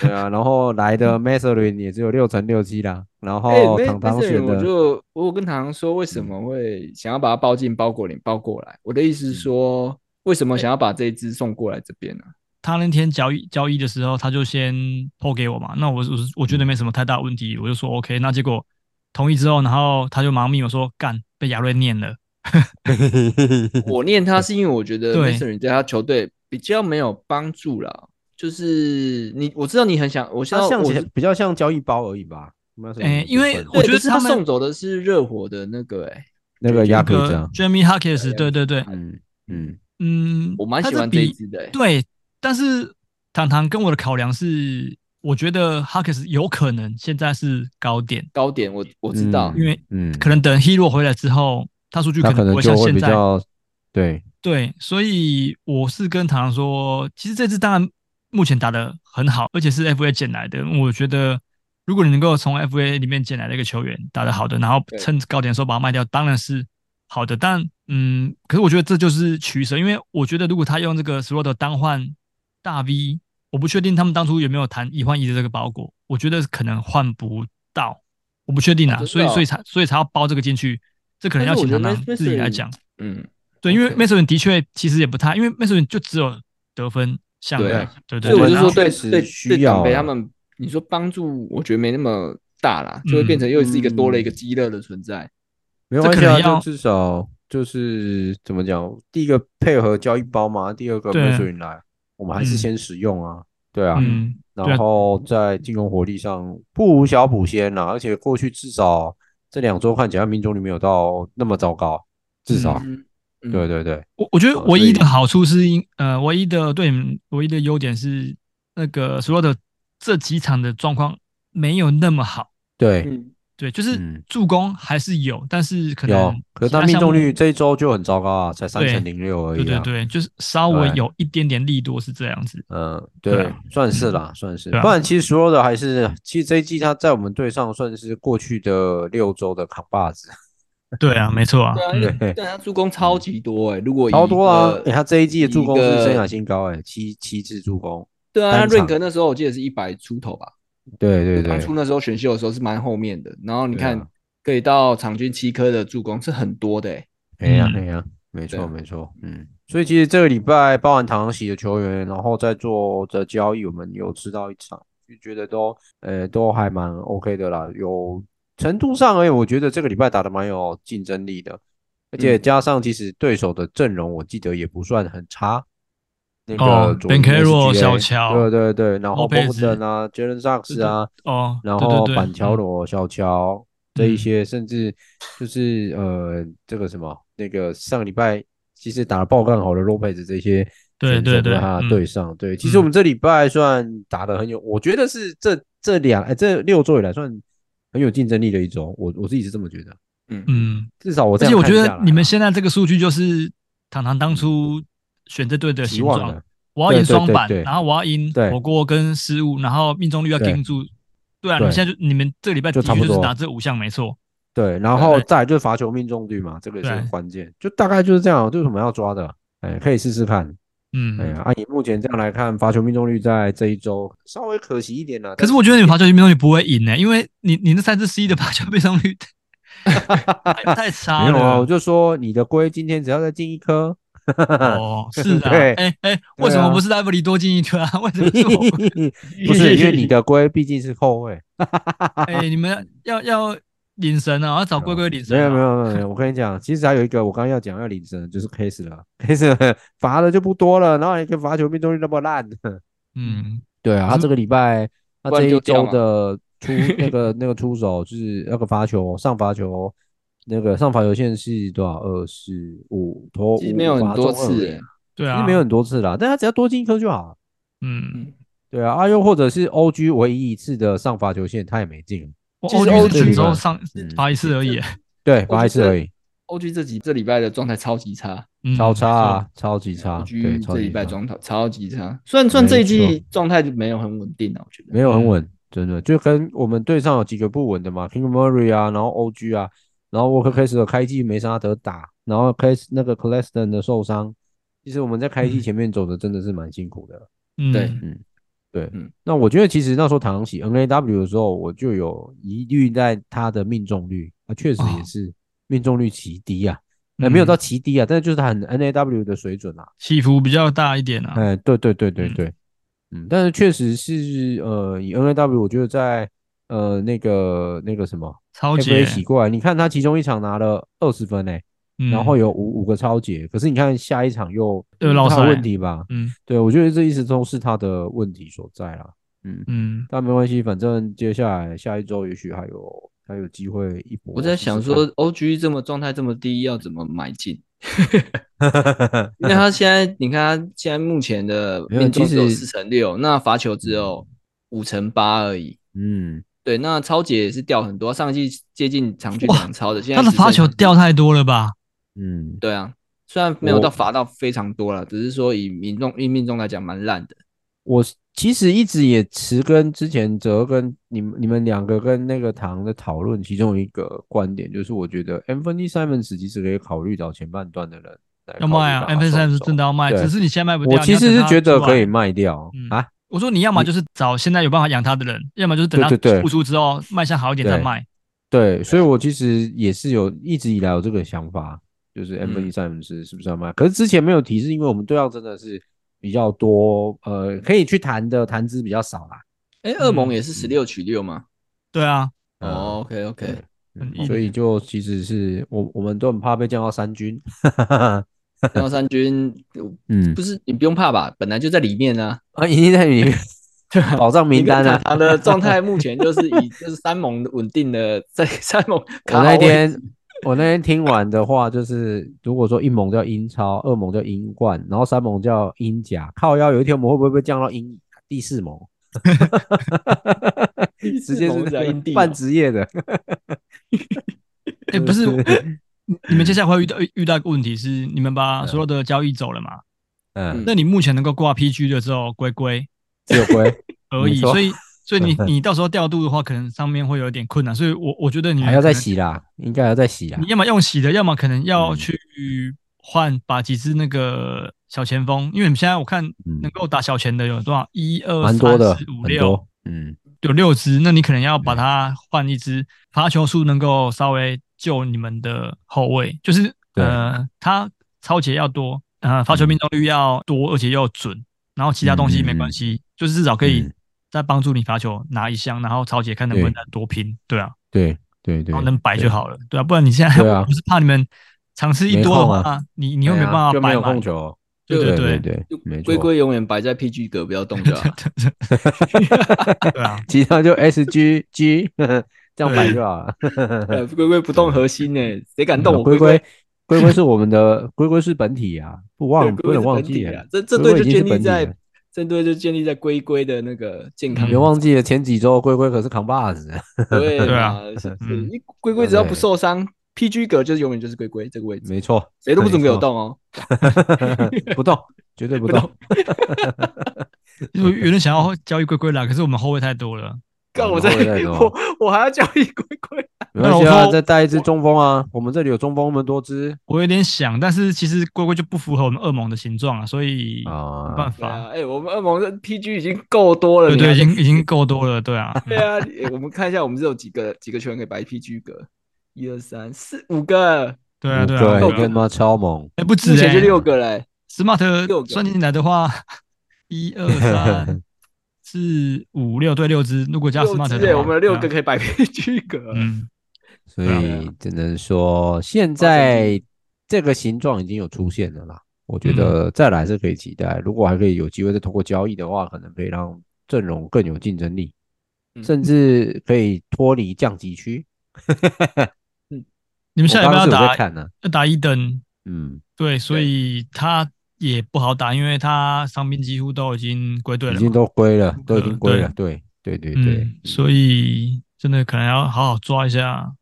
D: 对啊，然后来的 m e s e r i n 也只有六成六七啦，然
E: 哎，
D: 后
E: 没
D: 糖
E: 没
D: 糖
E: 事，
D: 选
E: 我
D: 的，嗯
E: 就我跟糖糖说，为什么会想要把它包进包裹里包过来？我的意思是说，为什么想要把这一只送过来这边呢？
B: 他那天交易交易的时候，他就先抛给我嘛，那我我我觉得没
D: 嗯
B: 什么太大问题，我就说 OK。那结果同意之后，然后他就忙命我说干被亚瑞念了，
E: 我念他是因为我觉得 m
B: 对
E: a s o n 对他球队比较没有帮助啦。就是你，我知道你很想，我知
D: 他
E: 道
D: 像
E: 我
D: 其
E: 是
D: 比较像交易包而已吧。Messerin
B: 哎因为
D: 的部分
B: 我觉得
E: 对可是他
B: 他们
E: 送走的是热火的那个、哎，
D: 那个
B: 那
D: 亚克这
B: 个
D: 样，
B: Jamie Hawkins，对对对，
D: 嗯嗯，
B: 嗯，
E: 我蛮
B: 他
E: 喜
B: 这
E: 欢这一
B: 比
E: 支的、哎，
B: 对，但是糖糖跟我的考量是，我觉得 h a c k e s 有可能现在是高点，
E: 高点我我知道，
B: 因为
D: 嗯，
B: 可能等 Hero 回来之后，他数据
D: 他
B: 可
D: 可
B: 能
D: 能
B: 不会
D: 就
B: 像
D: 会
B: 现
D: 比
B: 在。
D: 较对，
B: 对，所以我是跟糖糖说，其实这支当然目前打得很好，而且是 FA 捡来的。我觉得如果你能够从 FA 里面捡来的一个球员打得好的，然后
E: 对
B: 趁高点的时候把它卖掉，当然是好的。但嗯，可是我觉得这就是取舍，因为我觉得如果他用这个 s l o t 当换大 V，我不确定他们当初有没有谈一换一的这个包裹，我觉得可能换不到，我不确定啊，
E: 哦真的
B: 所以
E: 哦
B: 所以才所以才要包这个进去，这可能要
E: 但是
B: 请
E: 我
B: 糖
E: 觉得
B: 糖
E: Mas-
B: 自己来
E: Mason-
B: 讲。
E: 嗯，
B: 对，因为
E: OK
B: m a s o n 的确其实也不太，因为 m a s o n 就只有得分项
E: 对
B: 的
E: 啊，
B: 对
E: 所
B: 对
E: 以
B: 对。
E: 我就
B: 然
E: 说
B: 后
E: 对
D: 确实
E: 对
D: 需
E: 对，
D: 要
E: 长辈他
D: 啊
E: 们，你说帮助，我觉得没那么大啦，
B: 嗯
E: 就会变成又是一个多了一个
D: 嗯
E: 鸡肋的存在。
D: 没有
B: 这
D: 关
B: 可
D: 系
B: 能
D: 啊，
B: 要
D: 就至少就是怎么讲，第一个配合交易包嘛，第二个
B: 对
D: m e s e r i n 来，我们还是
B: 嗯
D: 先使用啊，对啊，
B: 嗯，对
D: 然
B: 啊
D: 后在进攻火力上不无小补先啦、啊而且过去至少这两周看起来命中率没有到那么糟糕，至少、
E: 嗯嗯
D: 对对对，
B: 我我觉得
D: 好
B: 唯
D: 哦所
B: 一
D: 以
B: 的好处是因呃，唯一的对你们唯一的优点是那个所有的这几场的状况没有那么好，
D: 对，
E: 嗯，
B: 对，就是
D: 嗯
B: 助攻还是有，但是可
D: 有
B: 能，
D: 可是
B: 其他
D: 他命
B: 项
D: 中
B: 目
D: 率这一周就很糟糕啊，才三成零六而
B: 对
D: 已
B: 对
D: 啊。
B: 对，就是稍微
D: 对
B: 有一点点力度是这样 子，
D: 嗯，
B: 对
D: 对
B: 啊，
D: 算是啦，算是
B: 对啊。
D: 不然其实所有的还是，其实这一季他在我们队上算是过去的六周的扛把子，
B: 对啊，没错啊，
E: 对啊，因
B: 嗯
E: 为对啊，他助攻超级多哎、如果以
D: 超多啊
E: 一！个
D: 诶他这一季的助攻
E: 一
D: 是
E: 个
D: 生涯新高，哎，七七次助攻。
E: 对啊，
D: 单
E: 那瑞
D: 场
E: 格那时候我记得是一百出头吧，
D: 对对
E: 当
D: 对，
E: 初那时候选秀的时候是蛮后面的，然后你
D: 对
E: 看、
D: 啊
E: 可以到场均七颗的助攻是很多的、欸，
D: 哎呀
B: 嗯
D: 哎呀，没
E: 对啊
D: 错没错，嗯。所以其实这个礼拜包含唐昂喜的球员，然后再做的交易，我们有吃到一场，就觉得都呃都还蛮 OK 的啦。有程度上而言，我觉得这个礼拜打的蛮有竞争力的，而且
E: 嗯
D: 加上其实对手的阵容，我记得也不算很差。那个
B: 哦
D: 左翼
B: Ben
D: SGA
B: Carroll 小乔
D: 对对对，然后 b o
B: Lopez
D: b d e n 啊，Jalen Suggs 啊，
B: 哦，
D: 然
B: 对对
D: 后
B: 对
D: 板桥
B: 嗯
D: 罗、小乔这一
B: 嗯
D: 些，甚至就是呃，这个什么那个上个礼拜其实打了爆干好的 Lopez 这些
B: 对
D: 选
B: 对
D: 手都在
B: 对
D: 他
B: 嗯
D: 对上，对，其实我们这礼拜算打的很有，我觉得是这这两哎这六周以来算很有竞争力的一周，我我自己是这么觉得，
E: 嗯，
B: 嗯，
D: 至少我
B: 而
D: 这
B: 且
D: 样
B: 我
D: 看
B: 觉
D: 下来啊、
B: 得你们现在这个数据就是糖糖当初选这队的
D: 期
B: 形
D: 望啊
B: 状
D: 的，，
B: 我要赢
D: 对对
B: 双
D: 对
B: 板，
D: 对
B: 然后我要赢
D: 对
B: 火锅跟失误，然后命中率要
D: 对
B: 盯住。对啊，你们
D: 对
B: 现在就你们这个礼拜的
D: 就
B: 确
D: 差不
B: 就是
D: 多
B: 打这五项没错。
D: 对，然后
B: 对
D: 再来就是罚球命中率嘛，这个也是
B: 对
D: 很关键，就大概就是这样，这有什么要抓的？哎，可以试试看。
B: 嗯，
D: 哎呀，按、以目前这样来看，罚球命中率在这一周稍微可惜一点了。
B: 可是我觉得你们罚球命中率不会赢呢、因为你你那三支 C 的罚球命中率 太太差
D: 没有啊，我
B: 了。
D: 就说你的龟今天只要再进一颗，
B: 哦， 是啊，
D: 对
B: 哎哎、为什么不是艾弗里多进一颗啊？为 什么是我？
D: 不是因为你的龟毕竟是后 卫，
B: 哎、你们要要领神啊，要找龟龟领神、
D: 没
B: 啊。
D: 哦有没有没有没有，我跟你讲，其实还有一个我刚刚要讲要领神的就是 case 了，case 罚的就不多了，然后一个罚球命中率那么烂，
B: 嗯，
D: 对啊，他这个礼拜他
E: 不然
D: 这
E: 就
D: 一
E: 这样
D: 周
E: 啊嘛
D: 的 出那个那个出手就是那个罚球哦上罚球。那个上罚球线是多少？二十五投
E: 其实
D: 五
E: 没有很
D: 罚
E: 多
D: 中二
E: 次、
D: 而已
E: 欸，
B: 对
D: 其
B: 啊，
D: 实没有很多次啦，但他只要多进一颗就好了。
B: 嗯，
D: 对啊，啊又或者是 OG 唯一一次的上罚球线他也没进，
B: 我
E: 其实
B: OG 哦是
D: OG
B: 本周
D: 嘛
B: 上
D: 嗯
B: 罚一次而已、
D: 对，罚一次而已，
E: OG 这几这礼拜的状态超级差
B: 嗯，
D: 超差啊，超级差，对，
E: ，OG
D: 超
E: 这礼
D: 级
E: 拜
D: 差，
E: 状态超级差，虽然算
D: 没
E: 这一季
D: 错
E: 状态就没有很稳定啊，我觉得
D: 没有很稳，真的就跟我们队上有几个不稳的嘛，King Murray 啊，然后 OG 啊，然后 Walker Case 的开季没啥得打，然后 Case 那个 Claston 的受伤，其实我们在开季前面走的真的是蛮辛苦的。
B: 嗯，
E: 对
D: 嗯，对，
E: 嗯
D: 那我觉得其实那时候唐喜 N A W 的时候，我就有疑虑在他的命中率，啊，确实
B: 哦
D: 也是命中率奇低啊，呃，没有
B: 嗯
D: 到奇低啊，但是就是他很 N A W 的水准啊，
B: 起伏比较大一点啊。
D: 哎，对对对对
B: 嗯
D: 对，嗯，但是确实是呃，以 N A W 我觉得在呃那个那个什么
B: 超
D: F A
B: 级，
D: 洗过来，你看他其中一场拿了二十分诶，
B: 嗯
D: 然后有五五个超解，可是你看下一场又
B: 又
D: 嗯
B: 落
D: 他的
B: 赛
D: 问题吧，
B: 嗯
D: 对我觉得这一直都是他的问题所在啦，嗯。
B: 嗯，
D: 但没关系，反正接下来下一周也许还有还有机会一搏。
E: 我在想
D: 试试
E: 说，OG 这么状态这么低，要怎么买进？
D: 看，
E: 因为他现在，你看他现在目前的
D: 没有
E: 命中
D: 其
E: 只有
D: 实
E: 四成六，那罚球只有五成八而已。
D: 嗯，
E: 对，那超姐也是掉很多，上一季接近场均
B: 哇
E: 两超的，现在
B: 他的
E: 只剩
B: 罚球掉太多了吧？
D: 嗯，
E: 对啊，虽然没有到
D: 我
E: 罚到非常多了，只是说以命中以命中来讲蛮烂的。
D: 我其实一直也持跟之前哲跟你们你们两个跟那个唐的讨论，其中一个观点就是，我觉得 Anthony Simons 其实可以考虑找前半段的人来
B: 要卖啊 a
D: 考
B: m
D: 虑
B: p
D: 打
B: s
D: 手
B: m 是
D: 肘
B: 真的要卖，
D: 对
B: 只是你现在卖不掉。
D: 我其实
B: 你要
D: 是
B: 等他
D: 觉得
B: 出来
D: 可以。卖掉
B: 嗯
D: 啊，
B: 我说你要么就是找现在有办法养他的人，要么就是等他
D: 对对对
B: 复出之后卖相好一点再
D: 对
B: 卖。
D: 对，所以我其实也是有一直以来有这个想法，就是
B: 嗯
D: Anthony Simons 是不是要卖？可是之前没有提，是因为我们对象真的是比较多，呃，可以去谈的谈资比较少啦。
E: 哎，恶
B: 嗯
E: 魔也是十六取六嘛？
B: 对 啊，
D: 嗯
E: 哦，OK OK，
D: 嗯
B: 很硬
D: 所以就其实是我我们都很怕被降到三军，哈哈哈。
E: 然后三军
D: 嗯
E: 不，是你不用怕吧？本来就在里面啊。
D: 啊，已经 在里面
B: 啊
D: 保障名单啊了。
E: 他的状态目前就是以就是三盟稳定的在三 盟
D: 我
E: 卡好
D: 那
E: 位置
D: 天我那天听完的话，就是如果说一盟叫英超，二盟叫英冠，然后三盟叫英甲，靠腰有一天我们会不会被降到英第 四盟？直接
E: 盟是
B: 啊
E: 叫
D: 是
E: 英帝
D: 半
E: 哦
D: 职业的，
B: 哎，不是，我你你们接下来会遇到遇到一个问题是，你们把所有的交易走了嘛？
D: 嗯，
B: 那你目前能够挂 PG 的只有龟龟
D: 只有 龟
B: 而已，
D: 没错
B: 所以所以你你到时候调度的话，可能上面会有点困难，所以我我觉得你们
D: 还要再
B: 可能
D: 洗啦，应该还要再洗啦
B: 你。要么用洗的，要么可能要
D: 嗯
B: 去换把几只那个小前锋，因为你们现在我看
D: 嗯
B: 能够打小前的有多少？一二
D: 蛮
B: 三
D: 多的，
B: 四五
D: 很
B: 六
D: 多，嗯，
B: 有六只，那你可能要把它换一只罚球数能够稍微救你们的后卫，就是
D: 对嗯
B: 呃，他超节要多，呃，罚球命中率要多，而且要准，然后其他东西没关系，就是至少可以
D: 嗯
B: 再帮助你罚球拿一项，然后超节看能不能再多拼，对啊。
D: 对对对
B: 然后，能摆就
D: 对
B: 好了，对啊， 不然你现在
D: 对啊
B: 我是怕你们场次一多的
D: 没空
B: 话，你你又
D: 哎
B: 没
D: 呀
B: 办法
D: 就没
B: 摆
D: 有
B: 满
D: 控，球，
B: 对
D: 对
B: 对啊
D: 对，没错
E: 龟。龟永远摆在 PG 格，不要动就好。
B: 对啊，
D: 其他就 SG G 这样摆就好 了。
E: 呃龟龟不动核心呢，谁敢动我
D: 嗯龟
E: 龟
D: 龟？龟龟是我们的龟龟是本体啊，不忘
E: 对
D: 有点忘
E: 龟龟是
D: 记
E: 本体啊
D: 了，
E: 这这
D: 龟
E: 队
D: 龟
E: 就
D: 已经
E: 建
D: 是
E: 立
D: 本体了
E: 在这队就建立在龟龟的那个健康
D: 你别忘记了前几周龟龟可是扛把子，
E: 对
B: 对
E: 啊
B: 啊，
E: 是是
B: 嗯
E: 你龟龟只要不受伤，PG 格就是永远就是龟龟这个位置，
D: 没错，
E: 谁都不准给我
D: 没错，
E: 动哦。
D: 不动，绝对不动。
B: 因为有点想要交易龟龟啦，可是我们后卫太多了，
E: 干我
D: 在
E: 在
D: 动
E: 我，我还要叫你龟 龟，
D: 没关
B: 那我
D: 系啊，
B: 说
D: 再带一只中锋啊，我们这里有中锋那么多只
B: 我有点想，但是其实龟龟就不符合我们恶魔的形状啊，所以没办
D: 啊，
E: 对
B: 法，
E: 啊，哎，我们恶魔的 PG 已经够多
B: 对
E: 了，
B: 对，已
E: 你还
B: 经已经够多了，对啊，
E: 对啊，你我们看一下，我们这有几个几个球员可以摆 PG 格，一二三四五个，
B: 对啊对啊
D: 对，
B: 对
D: 跟
B: 啊，
D: 妈超猛，
B: 哎不止
E: 目前就
B: 哎
E: 六个嘞。六
B: ，Smart
E: 个
B: 算进来的话，一 二三四五六，对，六只，如果加
E: 六
B: Smart
E: 支
B: 的
E: 欸
B: 话，
E: 我们有六
B: 对
E: 个
B: 啊
E: 可以摆 PG 格。
B: 嗯，
D: 所
B: 对啊
D: 以只能说现在这个形状已经有出现了啦。我
B: 嗯
D: 觉得再来是可以期待，如果还可以有机会再通过交易的话，可能可以让阵容更有竞争力，
E: 嗯
D: 甚至可以脱离降级区。
B: 你
D: 我
B: 们下礼拜
D: 刚
B: 要
D: 刚是有在
B: 打
D: 看呢，
B: 要打一等。
D: 嗯，
B: 对，所
E: 对
B: 以他也不好打，因为他伤兵几乎都已经归队
D: 已
B: 了
D: 经
B: 嘛。
D: 都归了，都已经
B: 呃
D: 归了，对对对对
B: 嗯，，所以真的可能要好好抓一下，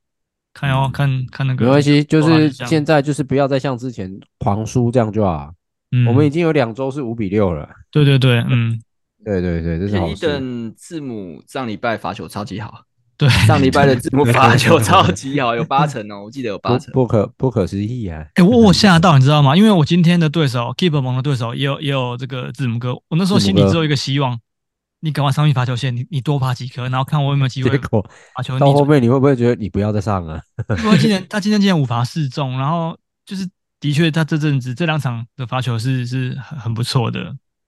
B: 看要、
D: 嗯
B: 看看那个。
D: 没关系，就
B: 抓一
D: 是
B: 下
D: 现在就是不要再像之前狂输这样就好。
B: 嗯，
D: 我们已经有两周是五比六了，
B: 对对对，嗯，
D: 对对对，这是好
E: 一
D: 事。
E: 等字母上礼拜罚球超级好，
B: 对，
E: 上礼拜的字母罚球超级好，有八成哦，我记得有八
D: 不
E: 成。
D: 不可不可思议啊！
B: 哎、我我吓到你知道吗？因为我今天的对手 Keep 盟的对手也有也有这个字母哥，我那时候
D: 字
B: 心
D: 母
B: 里
D: 哥
B: 只有一个希望，你赶快上去罚球线，你你多罚几颗，然后看我有没有机
D: 结
B: 会
D: 果
B: 把球逆
D: 到
B: 转
D: 后。面你会不会觉得你不要再上了？
B: 因为他今年他今天竟然五罚四中，然后就是的确他这阵子这两场的罚球是是很很不错的，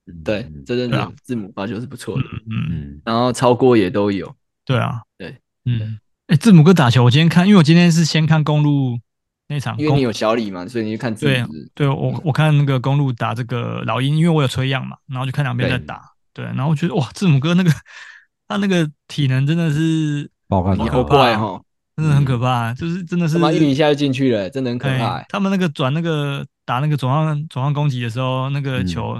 B: 嗯
E: 对，这阵
B: 对啊
E: 子字母罚球是不错的，
B: 嗯，
D: 嗯，
E: 然后超过也都有。
B: 对啊，
E: 对，
B: 嗯，哎、字母哥打球，我今天看，因为我今天是先看公路那场，
E: 因为你
B: 公
E: 有小李嘛，所以你就看字母
B: 对啊
E: 是不是。
B: 对我我看那个公路打这个老鹰，因为我有吹样嘛，然后就看两边在
D: 对
B: 打，对，然后我觉得哇，字母哥那个他那个体能真的是
D: 不好看，
B: 你
D: 不
E: 你
D: 好
E: 好
D: 看。
E: 怪哈，
B: 真的很可怕，啊就是真的是
E: 嗯他妈一一下就进去了，真的很可怕
B: 哎
E: 欸。
B: 他们那个转那个打那个转换转换攻击的时候，那个
D: 嗯
B: 球、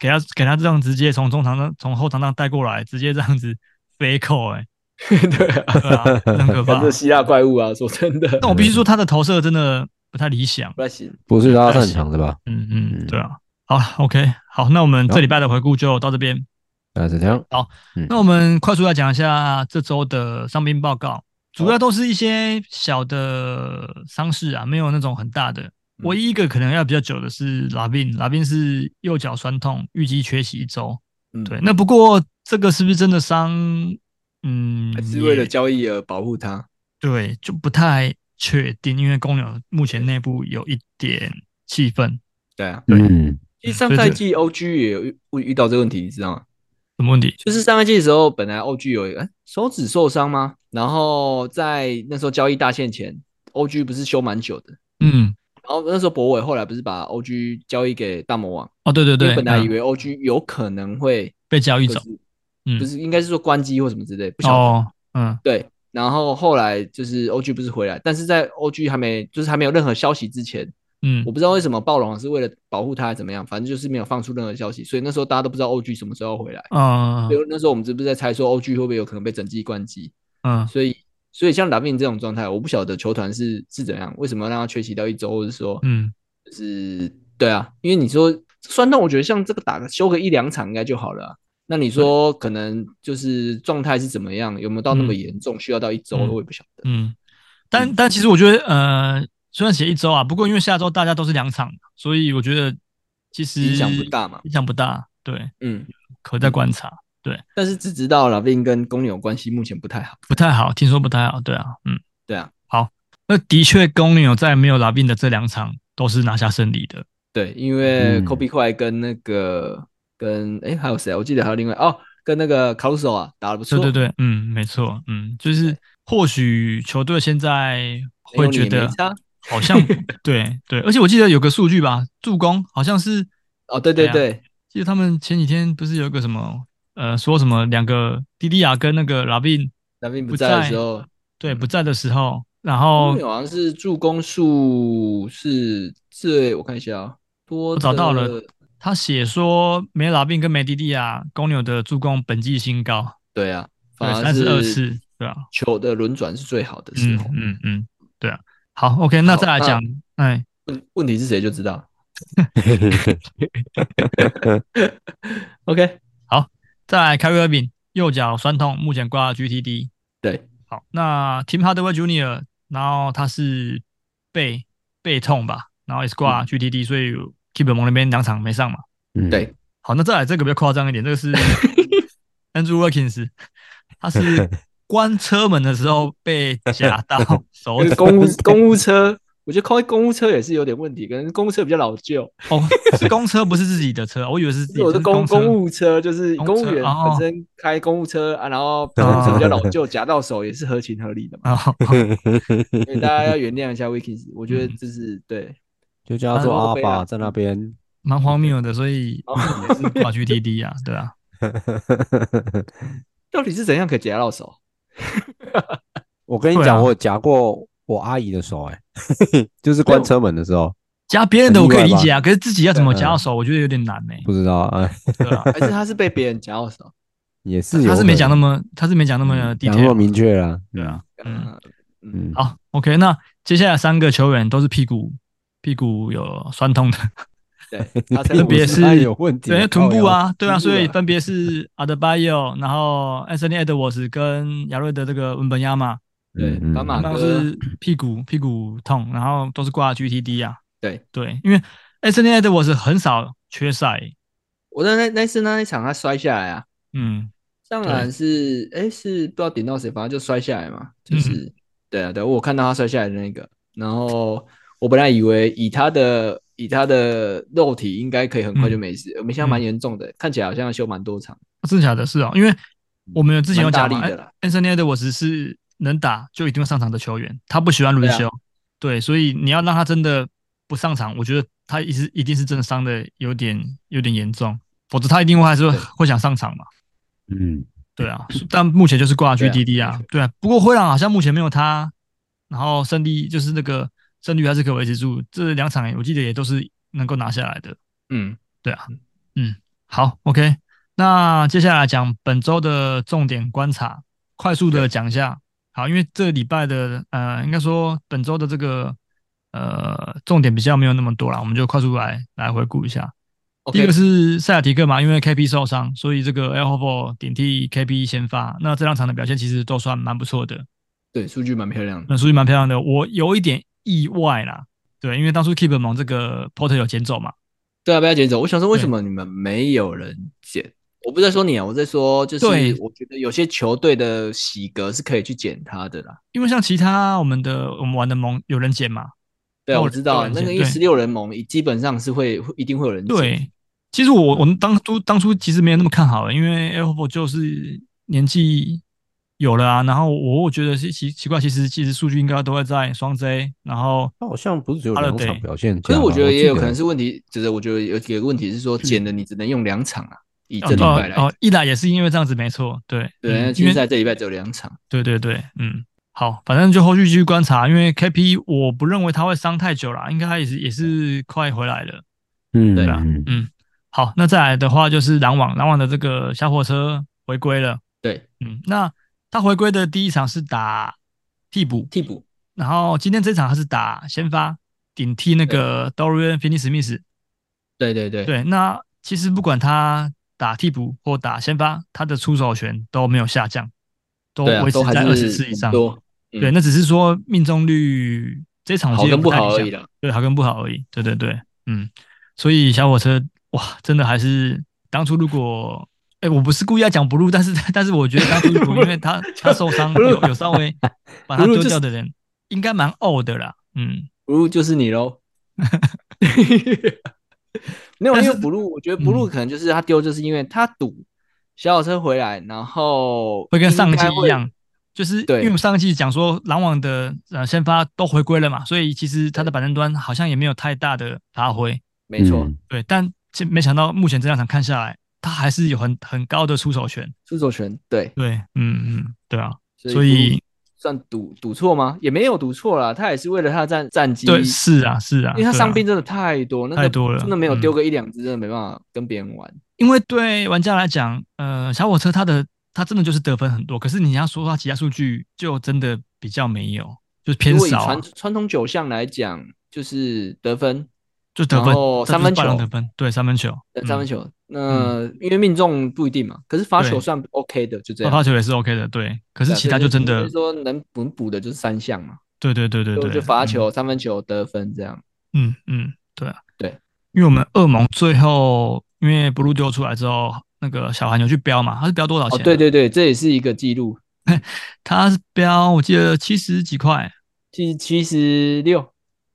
B: 给他给他这样直接从中场上从后场上带过来，直接这样子飞扣、哎，
E: 对啊，
B: 对啊，很 可怕
E: 反。正希腊怪物啊，说 真的，
B: 但我必须说他的投射真的不太理想。
E: 不太行。
D: 不是他擅长的吧？
B: 嗯嗯，
D: 嗯
B: 对啊。好，OK，好，那我们这礼拜的回顾就到这边。
D: 那是这样，
B: 那我们快速来讲一下这周的伤病报告，主要都是一些小的伤势啊，没有那种很大的。
E: 嗯
B: 唯一一个可能要比较久的是拉宾，拉宾是右脚酸痛，预计缺席一周。
E: 嗯
B: 对，，那不过这个是不是真的伤？嗯，
E: 还是为了
B: 也
E: 交易而保护他。
B: 对，就不太确定，因为公牛目前内部有一点气氛，
E: 对啊，
B: 对
D: 嗯，
E: 其实上赛季 OG 也有遇遇到这个问题，你知道吗？
B: 什么问题？
E: 就是上赛季的时候，本来 OG 有哎手指受伤吗？然后在那时候交易大限前，OG 不是休蛮久的。
B: 嗯，
E: 然后那时候博伟后来不是把 OG 交易给大魔王，
B: 哦，对对
E: 因
B: 对，
E: 为本来
B: 嗯
E: 以为 OG 有可能会
B: 被交易
E: 就
B: 走，
E: 是
B: 嗯，
E: 不是应该是说关机或什么之类，不晓得。
B: 哦，嗯
E: 对，然后后来就是 OG 不是回来，但是在 OG 还没就是还没有任何消息之前，
B: 嗯
E: 我不知道为什么暴龙是为了保护他还是怎么样，反正就是没有放出任何消息，所以那时候大家都不知道 OG 什么时候要回来。
B: 嗯
E: 所以那时候我们是不是在猜说 OG 会不会有可能被整季关机？
B: 嗯
E: 所以所以像拉面这种状态，我不晓得球团是是怎样，为什么让他缺席掉一周，或者说
B: 嗯
E: 就是对啊，因为你说酸痛，我觉得像这个打个休个一两场应该就好了啊、那你说可能就是状态是怎么样，有没有到那么
B: 嗯
E: 严重，需要到一周，
B: 嗯
E: 我也不晓得。
B: 嗯，但但其实我觉得呃，虽然写一周啊，不过因为下周大家都是两场，所以我觉得其实
E: 影响不大嘛
B: 影响不大，对，
E: 嗯，
B: 可再观察，
E: 但是只知道拉面跟公牛关系目前不太好。
B: 不太好，听说不太好，对啊，嗯。
E: 对啊，
B: 那的确，公牛在没有拉宾的这两场都是拿下胜利的。
E: 对，因为
D: 嗯
E: Kobe 快跟那个、跟哎还有谁啊？我记得还有另外哦，跟那个 Caruso 啊打的不错。
B: 对对对，嗯，没错，嗯，就是或许球队现在
E: 没
B: 会
E: 有你
B: 觉
E: 也没
B: 得
E: 差
B: 好像对对，而且我记得有个数据吧，助攻好像是，
E: 哦，对对
B: 对啊
E: 对，
B: 记得他们前几天不是有一个什么呃说什么两个迪迪亚跟那个拉宾
E: 拉宾不
B: 不
E: 在的
B: 在哦
E: 时候，
B: 对不在的时候，然后
E: 公牛好像是助攻数是最我看一下啊，多
B: 我找到了
E: 的
B: 他写说没拉宾跟没迪迪亚，公牛的助攻本季新高，
E: 对啊，
B: 对，
E: 反而
B: 三十二次，对吧、
E: 球的轮转是最好的时
B: 嗯
E: 候。
B: 嗯嗯，对啊。好，OK，那
E: 好
B: 再来
E: 那
B: 讲，哎，
E: 问问题是谁就知道。OK，
B: 再来 Kyrie Irving 右脚酸痛，目前挂 GTD。
E: 对，
B: 好，那 Tim Hardaway Jr.，然后他是背背痛吧，然后也是
E: 嗯
B: 挂 GTD，、所以 Keep 蒙那边两场没上嘛。
D: 嗯
E: 对
B: 好，那再来这个比较夸张一点，这个 是 Andrew Wilkins，他是关车门的时候被夹 到手
E: 那
B: 指
E: 个公务公务车，我觉得开公务车也是有点问题，可能公务车比较老旧。
B: 哦，是公车不是自己的车，我以为是自己
E: 是我
B: 这
E: 是公
B: 车
E: 公务车，就是
B: 公
E: 公务
B: 车
E: 员
B: 哦
E: 本身开公务车啊，然后公务车比较老旧，夹到手也是合情合理的嘛。
B: 啊，好
E: 所以大家要原谅一下 Vikings，我觉
B: 嗯
E: 得这是对，
D: 就叫他做
E: 啊
D: 阿
E: 会啊
D: 爸在那边，
B: 蛮荒谬的，所以
E: 哦
B: 也是挂 GTD 啊，对啊。
E: 到底是怎样可以夹到手？
D: 我跟
B: 对
D: 你
B: 啊
D: 讲，我有夹过我阿姨的手、欸，哎， 就是关车门的时候，
B: 夹别人的我可以
D: 很意
B: 理
D: 外吧
B: 解啊，可是自己要怎么夹到
D: 嗯
B: 手，我觉得有点难呢、
D: 不知道啊、哎
B: 对 啊，
E: 还是他是被别人夹到手？
D: 也是有
B: 他是
D: 可
B: 没
D: 能
B: 讲那么，他是没讲那么
D: 嗯讲那
B: detail，
D: 么明确啦，
B: 对啊，嗯哦
E: 嗯
D: 嗯
E: 嗯，，
B: 好，OK，那接下来三个球员都是屁股屁股有酸痛的，
E: 对，他才
B: 分别是
D: 哎有问题啊，
B: 对，臀部
D: 靠
B: 啊，对啊，
E: 臀部啊
B: 所以分别是阿德巴约，然后 Anthony Edwards 跟亚瑞的这个文本亚马，
D: 腰，
E: 对
D: 嗯
E: 斑马
B: 他
E: 啊
B: 们都
E: 哥
B: 是屁股屁股痛，然后都是挂 GTD 啊，
E: 对
B: 对，因为 Anthony Edwards 很少缺赛，
E: 我在那那次那一场他摔下来啊，
B: 嗯
E: 当然是哎是不知道顶到谁，反正就摔下来嘛，就
B: 嗯
E: 是、对啊对啊，我看到他摔下来的那个，然后我本来以为以他的以他的肉体应该可以很
B: 嗯
E: 快就没事，没想到蛮严重的，看起来好像要休蛮多场，
B: 真的假的？是哦，因为我们有之前有
E: 蛮大
B: 讲
E: 力
B: 嘛哎
E: 的啦，
B: ，Anthony Edwards 是能打就一定会上场的球员，他不喜欢轮休，
E: 对啊
B: 对,、所以你要让他真的不上场，我觉得他一直一定是真的伤的有点有点严重，否则他一定会还是会会想上场嘛。
D: 嗯，
B: 对啊， 但目前就是挂
E: 对啊
B: GDD 啊，对啊。不过灰狼好像目前没有他，然后胜利就是那个胜率还是可以维持住，这两场我记得也都是能够拿下来的。
E: 嗯，
B: 对啊，嗯，好，OK。那接下来讲本周的重点观察，快速的讲一下。好，因为这礼拜的呃，应该说本周的这个呃重点比较没有那么多啦，我们就快速来来回顾一下。第一
E: OK，
B: 个是塞尔提克嘛，因为 KP 受伤，所以这个 L h o f o 顶替 KP 先发。那这两场的表现其实都算蛮不错的，
E: 对，数据蛮漂亮的，
B: 那数据蛮漂亮的。我有一点意外啦，对，因为当初 Keep 蒙这个 Porter 有捡走嘛，
E: 对啊，不要捡走，我想说为
B: 对
E: 什么你们没有人捡？我不是在说你啊，我在说就是
B: 对
E: 我觉得有些球队的喜格是可以去捡他的啦。
B: 因为像其他我们的我们玩的盟有人捡嘛，
E: 对
B: 那
E: 啊，
B: 我
E: 我知道啊
B: 有人
E: 那
B: 捡
E: 个因为
B: 哦对
E: 十六人盟基本上是会会一定会有人捡
B: 对，其实我我们当初当初其实没有那么看好欸了，因为 L Four 就是年纪有了啊，然后我我觉得是奇奇怪，其实其实数据应该都会在双 J，然后
D: 他好像不是只有两
B: Holiday
D: 场表现，
E: 可是我觉得也有可能
D: 是，
E: 是问题，就是我觉得有几个问题是说，剪的你只能用两场啊，以这
B: 哦
E: 礼拜来
B: 哦
E: 讲，
B: 哦，一来也是因为这样子，没错，对
E: 对，那
B: 嗯
E: 其
B: 因
E: 实
B: 为
E: 在这礼拜只有两场，
B: 对对对，嗯，好，反正就后续继续观察，因为 KP 我不认为他会伤太久啦，应该也是也是快回来了。
D: 嗯，
E: 对
B: 啊嗯，好，那再来的话就是篮网，篮网的这个小火车回归了。
E: 对，
B: 嗯，那他回归的第一场是打替补，
E: 替补，
B: 然后今天这场他是打先发，顶替那个 Dorian Finney-Smith。
E: 对对对，
B: 对，那其实不管他打替补或打先发，他的出手权都没有下降，都
E: 对啊，
B: 维持
E: 都还
B: 在
E: 是
B: 二十次以上
E: 很。多，嗯
B: 对，那只是说命中率这场我
E: 好
B: 记得
E: 跟不
B: 太理
E: 好而
B: 想
E: 已啦。
B: 对，好跟不好而已。对对对，嗯，所以小火车哇，真的还是当初如果，哎、我不是故意要讲不入，但是但是我觉得当初如果因为 他他受伤有有稍微把他
E: 不入
B: 丢
E: 就是
B: 掉的人，应该蛮呕的啦。嗯，
E: 不入就是你 喽。没有，
B: 但
E: 因
B: 是
E: 为不入，我觉得不入
B: 嗯
E: 可能就是他丢，就是因为他赌小火车回来，然后
B: 会跟上一季
E: 应该
B: 一
E: 会
B: 样，就是因
E: 对
B: 为我们上一季讲说篮网的呃先发都回归了嘛，所以其实他的板凳端好像也没有太大的发挥。
E: 没错，
D: 嗯
B: 对，但这没想到目前这两场看下来，他还是有很很高的出手权。
E: 出手权对，
B: 对，嗯嗯，对啊，所
E: 不入
B: 以
E: 算赌赌错吗？也没有赌错啦，他也是为了他的战战绩，
B: 对，是啊，是啊，
E: 因为他
B: 对啊
E: 伤病，真的太多，那个
B: 太多了
E: 真的没有
B: 嗯
E: 丢个一两只，真的没办法跟别人玩。
B: 因为对玩家来讲，呃，小火车他的他真的就是得分很多，可是你要说他其他数据就真的比较没有，就是偏
E: 如果以
B: 少啊、
E: 传传统九项来讲，就是得分、
B: 就得分
E: 然后，
B: 这就是
E: 三分球
B: 霸王得分，对，三分球，
E: 呃
B: 嗯
E: 三分，球，那因为命中不一定嘛，可是罚
B: 对
E: 球算 OK 的，就这
B: 发
E: 样。
B: 哦发球也是 OK 的，对，可
E: 啊对
B: 是
E: 啊
B: 其
E: 所以
B: 他就真的
E: 是，说能补补的就是三项嘛，
B: 对对对对
E: 就
B: 对，
E: 就罚
B: 嗯
E: 球、三分球、得分这样。
B: 嗯嗯，对啊，
E: 对，
B: 因为我们恶盟最后因为 blue 丢出来之后，那个小韩有去标嘛，他是标多少
E: 哦，
B: 钱？啊
E: 对，对对，这也是一个记录，
B: 他是标我记得七十几块，
E: 七七十六，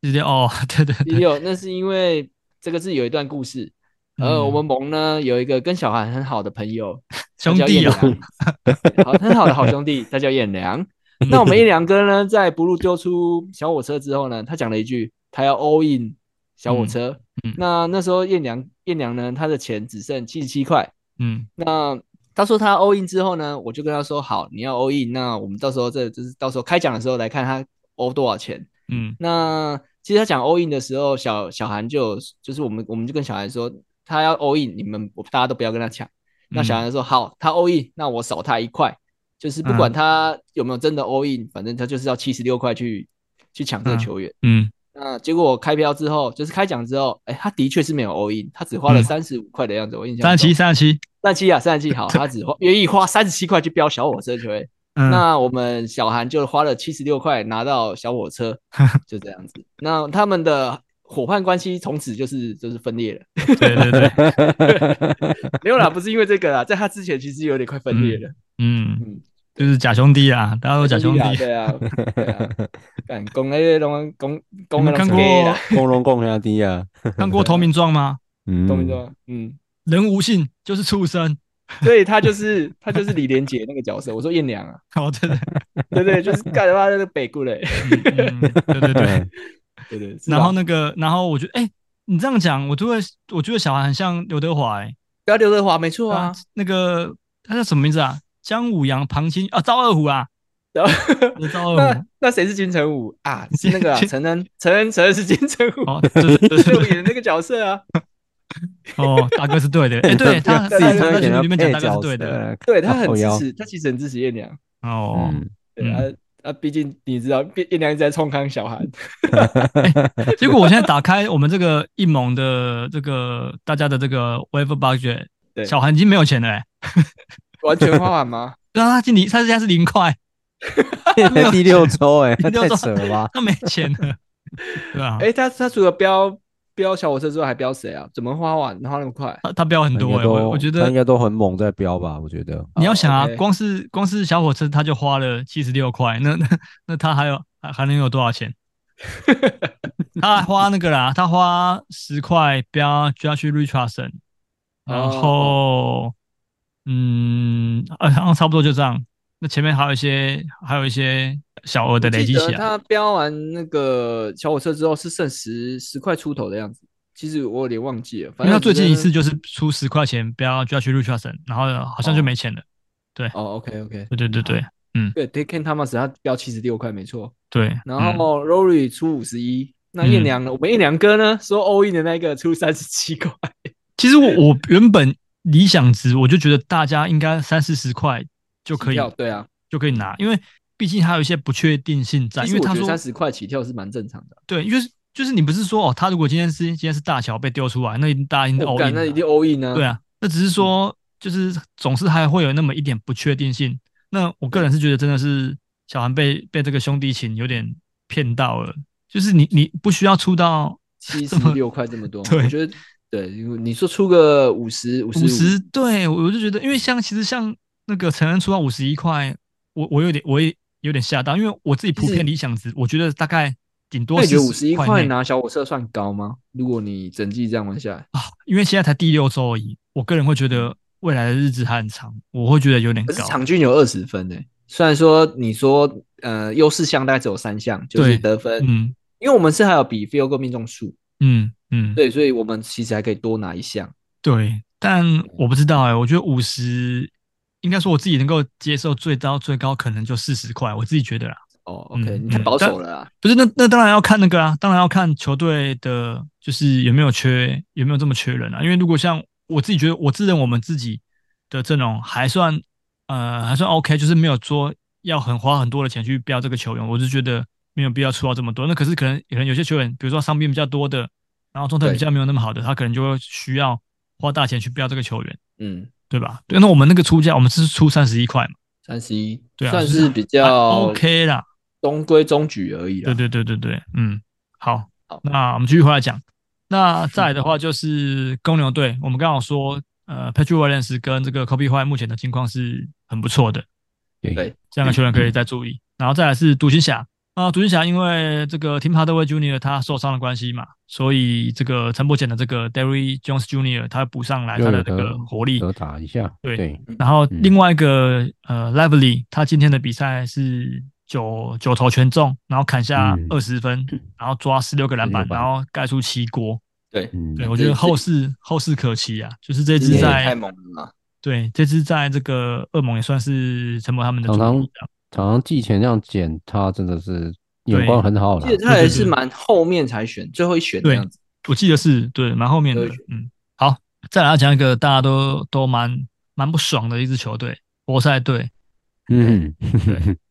B: 直接哦， 对对
E: 七
B: 对，
E: 六， 那是因为这个是有一段故事。呃，
B: 嗯
E: 我们盟呢有一个跟小韩很好的朋友，他
B: 兄
E: 叫
B: 弟
E: 彦
B: 哦，
E: 良，啊 好很好的好兄弟，他叫彦良。那我们彦良哥呢，在不入丢出小火车之后呢，他讲了一句，他要 all in 小火车。
B: 嗯嗯
E: 那那时候彦良彦良呢，他的钱只剩七十七块。
B: 嗯
E: 那他说他 all in 之后呢，我就跟他说好，你要 all in，那我们到时候这就是到时候开奖的时候来看他 all 多少钱。
B: 嗯
E: 那其实他讲 all in 的时候，小小韩就有就是我们我们就跟小韩说，他要 all in，你们我大家都不要跟他抢。那
B: 嗯
E: 小韩就说好，他 all in，那我少他一块，就是不管
B: 嗯
E: 他有没有真的 all in，、反正他就是要七十六块去去抢这个
B: 嗯
E: 球员。
B: 嗯，
E: 那结果开票之后，就是开奖之后，哎、他的确是没有 all in，他只花了
B: 嗯
E: 三十五块的样子，我印象中。
B: 三十七三十七，
E: 三十七啊，三十七好，他只花愿意花三十七块去标小火车球员。
B: 嗯
E: 那我们小韩就花了七十六块拿到小 火车，就这样子。那他们的伙伴关系从此就是就是分裂了。
B: 对对对，
D: 嗯
E: 没有啦，不是因为这个啦，在他之前其实有点快分裂了。
B: 嗯，
E: 嗯，
B: 就是假兄弟啊，大家都假兄
E: 啊
B: 弟，
E: 对啊，对啊，敢攻那些东攻
B: 你
E: 攻那
B: 们
E: 种
B: 看
E: gay 啦
B: 过
D: 公龙 共压低 啊，
B: 看过投名状吗？
D: 嗯，
E: 懂不懂？嗯，
B: 人无信就是畜生，
E: 所以他就是他就是李连杰那个角色。我说艳良 啊，
B: 哦，对对，
E: 对对，就是干他妈那个北固嘞，
B: 嗯嗯对对对。
E: 对对。是吧啊
B: 然后那个，然后我觉得，哎、你这样讲，我就会，我觉得小孩很像刘德华、欸，
E: 不要刘德华，没错啊。
B: 那个他叫什么名字啊？江武阳、庞青啊，赵二虎啊，
E: 然后
B: 赵二
E: 那
B: 虎，
E: 那谁是金城武啊？是那个 啊
B: 金
E: 陈恩，陈恩，陈恩是金城武，
B: 哦，对对对
E: 就
B: 对，
E: 演的那个角色啊。
B: 哦，大哥是对的，哎、 对他
E: 自
B: 自
E: 己
B: 己在
E: 在那
B: 群里面讲大哥是对的，，
E: 对他很
D: 靠
E: 支
D: 腰
E: 持，他其实很支持艳娘。
B: 哦，
D: 嗯，
E: 对啊
B: 嗯
E: 啊，毕竟你知道，艳娘一直在冲康小韩。
B: 结果我现在打开我们这个一盟的这个大家的这个 wave budget，
E: 对
B: 小韩已经没有钱了、欸，
E: 完全花完吗？
B: 对啊，他今年他现在是零块，
D: 现在 第 六周哎，
B: 第六
D: 太
B: 周
D: 扯了吧？
B: 他没钱了，对啊，
E: 哎，他他除了标标小火车之外，还标谁啊？怎么花完花那么快？
B: 他他标 很多、
D: 应该
B: 欸，
D: 都
B: 我我觉
D: 他
B: 得
D: 应该都很猛在飙吧，我觉得。
B: 你要
E: 哦
B: 想啊，
E: ，OK
B: 光是光是小火车他就花了七十六块，那那那他还有还还能有多少钱？ 他还花那个啦，他花十块标 Josh Richardson，然
E: 哦
B: 后、嗯，呃，然后差不多就这样。那前面还有一些还有一些小额的累积
E: 记
B: 起
E: 得
B: 来，
E: 他标完那个小火车之后是剩十十块出头的样子。其实我有点忘记了，
B: 因
E: 反
B: 为
E: 正
B: 他
E: 我
B: 最
E: 觉
B: 近一
E: 得
B: 次就是出十块钱，不要就要去 Richardson，然后好像就没钱了。
E: 哦，OK OK，
B: 对对对
E: 哦
B: 对
E: 对 t a k e n Thomas 他标七十六块没错，
B: 对。
E: 然
B: 嗯
E: 后 Rory 出五十一，那
B: 嗯
E: 燕良呢？我们燕良哥呢说 all in 的那个出三十七块，
B: 其实我我原本理想值，我就觉得大家应该三四十块就可以
E: 起跳对啊，
B: 就可以拿，因为毕竟还有一些不确定性在。
E: 其
B: 啊因
E: 实
B: 为
E: 我
B: 他
E: 觉得
B: 说
E: 三十块起跳是蛮正常的。
B: 对，因为就是你不是说哦，他如果今天是今天是大乔被丢出来，那一定大家一定
E: 我
B: 嗯 all
E: 感
B: in
E: 哦那
B: 的
E: 一定嗯 all in 呢、
B: 对啊，那只是说就是总是还会有那么一点不确定性。那我个人是觉得真的是小韩被被这个兄弟情有点骗到了，就是你你不需要出到
E: 七十六块这么多，
B: 对
E: 我觉得对，因为你说出个五十五
B: 五十
E: 十，
B: 对我就觉得，因为像其实像那个陈恩出到五十一块，我我有点我也有点吓到，因为我自己普遍理想值，我觉得大概顶多
E: 那你觉得
B: 是
E: 五十一块
B: 内
E: 拿小火车算高吗？如果你整季这样玩下来，
B: 啊，因为现在才第六周而已，我个人会觉得未来的日子还很长，我会觉得有点
E: 可是
B: 高。
E: 场均有二十分呢、虽然说你说呃优势项大概只有三项，就是
B: 对
E: 得分，
B: 嗯
E: 因为我们是还有比 field goal 命中数，
B: 嗯嗯，
E: 对，所以我们其实还可以多拿一项。
B: 对，但我不知道哎、我觉得五十应该说我自己能够接受最高最高可能就四十块，我自己觉得啦。
E: 哦，OK，、
B: 嗯
E: 你太
B: 嗯
E: 保
B: 但
E: 守了啊。
B: 不是，那那当然要看那个啊，当然要看球队的，就是有没有缺，有没有这么缺人啊。因为如果像我自己觉得，我自认我们自己的阵容还算，呃，还算 OK，就是没有说要很花很多的钱去标这个球员，我就觉得没有必要出到这么多。那可是可能可能有些球员，比如说伤病比较多的，然后状态比
E: 对
B: 较没有那么好的，他可能就会需要花大钱去标这个球员，
E: 嗯，
B: 对吧？对，那我们那个出价，我们是出三十一块嘛，
E: 三十一
B: 对啊
E: 算
B: 就是
E: 是比
B: 还
E: 较
B: OK 啦，
E: 中规中矩而已啦。
B: 对对对对对，嗯，好，
E: 好
B: 那我们继续回来讲。那再来的话就是公牛队，我们刚好说，呃，Patrick Williams 跟这个 Kobe White 目前的情况是很不错的，
E: 对
B: 这样的球员可以再注意。然后再来是独行侠，啊、独行侠因为这个 Tim Hardaway Jr. 他受伤的关系嘛，所以这个陈柏简的这个 Derry Jones Jr. 他补上来他的这个活力，
D: 得打一下，
B: 对
D: 对，
B: 然后另外一个、呃 Lively，他今天的比赛是九九投全中，然后砍下
D: 嗯
B: 二十分，然后抓十六个篮板，
D: 16板
B: 然后盖出七锅。
E: 对，
D: 嗯，
B: 对我觉得
E: 这
B: 后市后市可期啊，就是这
E: 今
B: 支
E: 天也
B: 在
E: 太猛了啦。
B: 对这支在这个恶魔也算是陈柏他们的主
D: 常常
B: 力啊
D: 常常季前这样捡，他真的是
B: 对
D: 眼光很好啦
E: 记。得他也
B: 对
E: 是蛮后面才选，最后一选的
B: 啊对
E: 样子。
B: 我记得是对蛮后面的
E: 对，
B: 嗯，好，再来要讲一个大家都都蛮蛮不爽的一支球队，活塞队。
D: 嗯，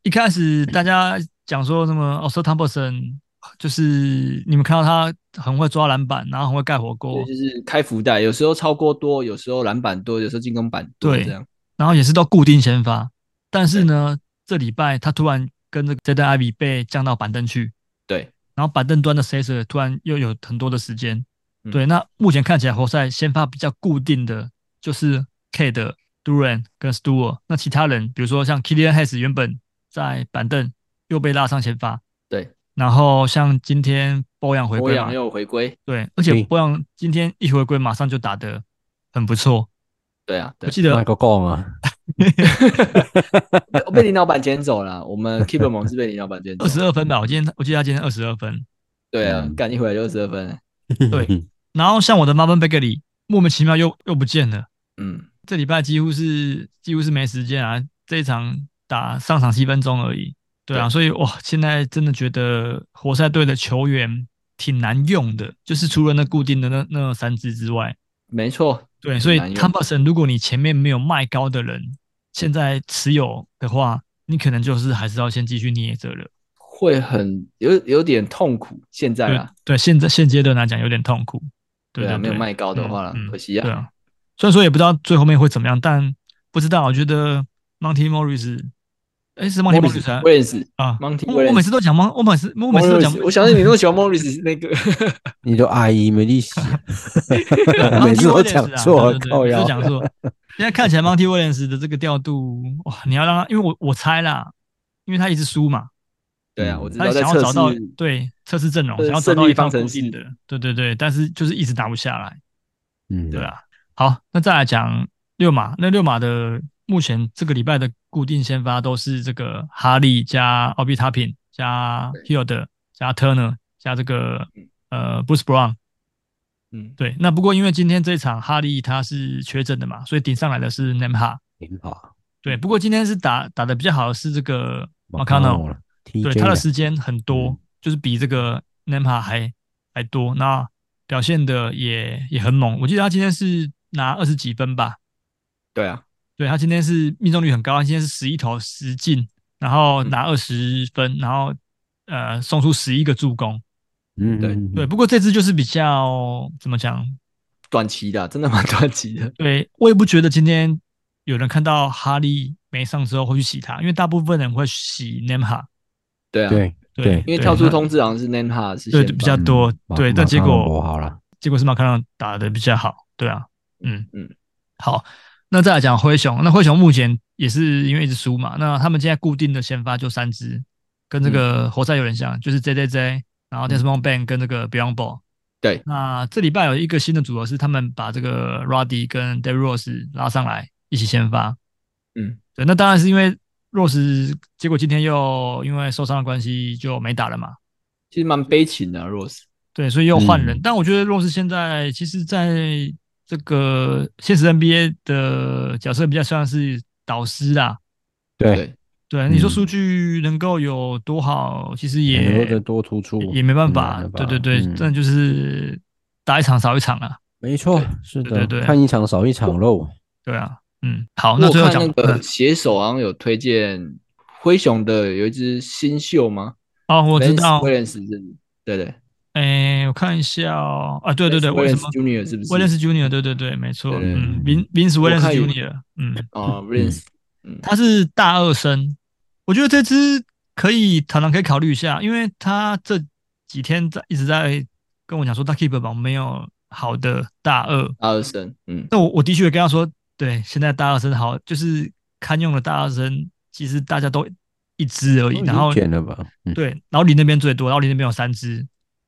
B: 一开始大家讲说什么 o s t o Thompson，就是你们看到他很会抓篮板，然后很会盖火锅
E: 对，，就是开福袋，有时候超过多，有时候篮板多，有时候进攻板多，
B: 对
E: 这样。
B: 然后也是都固定先发。但是呢，这礼拜他突然跟这个 Jaden i v y 被降到板凳去，
E: 对，
B: 然后板凳端的 c e s a r 突然又有很多的时间。
E: 嗯
B: 对，那目前看起来活塞先发比较固定的就是 K 的 Duran 跟 Stewart，那其他人比如说像 Kilian Hayes 原本在板凳又被拉上先发，
E: 对，
B: 然后像今天波扬回
E: 欧
B: 归
E: 阳
B: 嘛，
E: 又回归。
B: 对，而且
D: 对
B: 波扬今天一回归马上就打得很不错，
E: 对啊，
B: 我
E: 对，
B: 记
D: 麦
B: 得
D: 克贡啊，
E: 我啊被林老板捡走了。我们 Keeper 蒙是被林老板捡走
B: 二。十二分吧，我今天我记得他今天二十二分，
E: 对啊
D: 嗯，
E: 干一回来就二十二分。
B: 对然后像我的 Marvin Bagley 莫名其妙又又不见了，
E: 嗯，
B: 这礼拜几乎是几乎是没时间啊，这一场打上场七分钟而已，对啊，
E: 对
B: 所以哇，现在真的觉得活塞队的球员挺难用的，就是除了那固定的那那三支之外，
E: 没错。
B: 对，
E: 很
B: 所以
E: 难用
B: Thompson，如果你前面没有卖高的人，现在持有的话，你可能就是还是要先继续捏着了。
E: 会很有有点痛苦。现在
B: 对
E: 啊，
B: 对，现在现阶段来讲有点痛苦。对
E: 对啊，没有卖
B: 高
E: 高的话了，可惜
B: 对
E: 啊。
B: 啊，虽然说也不知道最后面会怎么样，但不知道，我觉得 Monty Morris，哎，是 Monty Morris 啊
E: 我也是
B: 啊。
E: Monty
B: 我我
E: Williams
B: 每次都讲 Mon，我每次我每次都讲
E: Morris，，我想起你那么喜欢 Morris 那 个，
D: 你都阿姨没力气，
B: Monty
D: 每次都
B: Williams
D: 讲
B: 啊
D: 错，
B: 对对对
D: 靠
B: 每次
D: 腰
B: 都。讲 错。现在看起来 Monty Williams 的这个调度，哇，你要让他，因为我我猜啦，因为他一直输嘛，
E: 对啊，我知
B: 嗯他
E: 道
B: 想
E: 在
B: 要
E: 测
B: 找到
E: 试，
B: 对测试阵容，
E: 呃
B: 想要找到
E: 胜
B: 一
E: 利
B: 套
E: 方
B: 固
E: 程式
B: 定的，对对对，但是就是一直打不下来，
D: 嗯，
B: 对啊。好，那再来讲六马，那六马的目前这个礼拜的固定先发都是这个哈利加奥比塔品加 Hill 的加 Turner 加这个呃 Bruce Brown，
E: 嗯，
B: 对，那不过因为今天这一场哈利他是缺阵的嘛，所以顶上来的是 Nemha。
D: 挺好。
B: 对，不过今天是打打的比较好的是这个 m c c o n o
D: 了，
B: 对他的时
D: 间
B: 间很多，
D: 嗯
B: 就是比这个 Nemha 还还多，那表现的也也很猛。我记得他今天是拿二十几分吧，
E: 对啊，
B: 对他今天是命中率很高，他今天是十一投十进，然后
D: 嗯
B: 拿二十分，然后呃送出十一个助攻。
D: 嗯，
E: 对
D: 嗯
B: 对，，不过这支就是比较怎么讲？
E: 短期的啊、真的蛮 短期的。
B: 对我也不觉得今天有人看到哈利没上之后会去洗他，因为大部分人会洗 Nemha。
E: 对啊，
D: 对对
E: 因为跳出
B: 那
E: 通知好像是 Nemha 是
B: 对
E: 先
B: 比较
E: 发
D: 嗯
B: 多
D: 马
B: 对但
D: 马
B: 结
D: 卡朗
B: 果
D: 博好了，
B: 结果是马卡朗打的比较好，对啊，嗯
E: 嗯，
B: 好，那再来讲灰熊，那灰熊目前也是因为一直输嘛，那他们现在固定的先发就三支，跟这
E: 嗯
B: 个活塞有点像，就是 J J J，然后 Desmond Ban 跟这个 Beyond Ball。
E: 对
B: 那这礼拜有一个新的组合是他们把这个 Roddy 跟 d e r r Rose 拉上来一起先发，
E: 嗯，
B: 对，那当然是因为 Rose 结果今天又因为受伤的关系就没打了嘛，
E: 其实蛮悲情的、Rose。啊
B: 对，所以又换人。
D: 嗯
B: 但我觉得 Rose 现在其实在这个现实 NBA 的角色比较像是导师啦。
D: 对，
E: 对，
B: 对，啊你说数据能够有多好，其实
D: 嗯能够
B: 也
D: 再多突出
B: 也没办法。
D: 嗯没
B: 对
D: 办
B: 对
D: 法
B: 对，
D: 嗯
B: 真的就是打一场少一场啊。
D: 没错，是
B: 对
D: 的
B: 对，对
D: 看一场少一场喽。
B: 对啊，嗯，好，那
E: 我
B: 最后
E: 看
B: 讲
E: 那个
B: 嗯
E: 写手好像有推荐灰熊的有一支新秀吗？
B: 哦，我知道，
E: 威廉斯是，对对
B: 哎，我看一下哦，啊，对对对，
E: 威
B: 为
E: 廉
B: 什
E: 斯
B: 么？
E: Junior 是不是？
B: 威廉斯 Junior，对对对，没错，
E: 对
B: 嗯，Vin Vince
E: 我
B: Williams
E: 看有
B: Junior，嗯，
E: 哦，威廉斯，嗯，
B: 他是大二生，我觉得这支可以常常可以考虑一下，因为他这几天在一直在跟我讲说他 keep 榜没有好的大二，
E: 阿尔森，嗯，
B: 那我我的确也跟他说，对，现在大二生好，就是堪用的大二生，其实大家都一支而已，然后
D: 减了吧，嗯
B: 对，然后你那边最多，然后你那边有三支，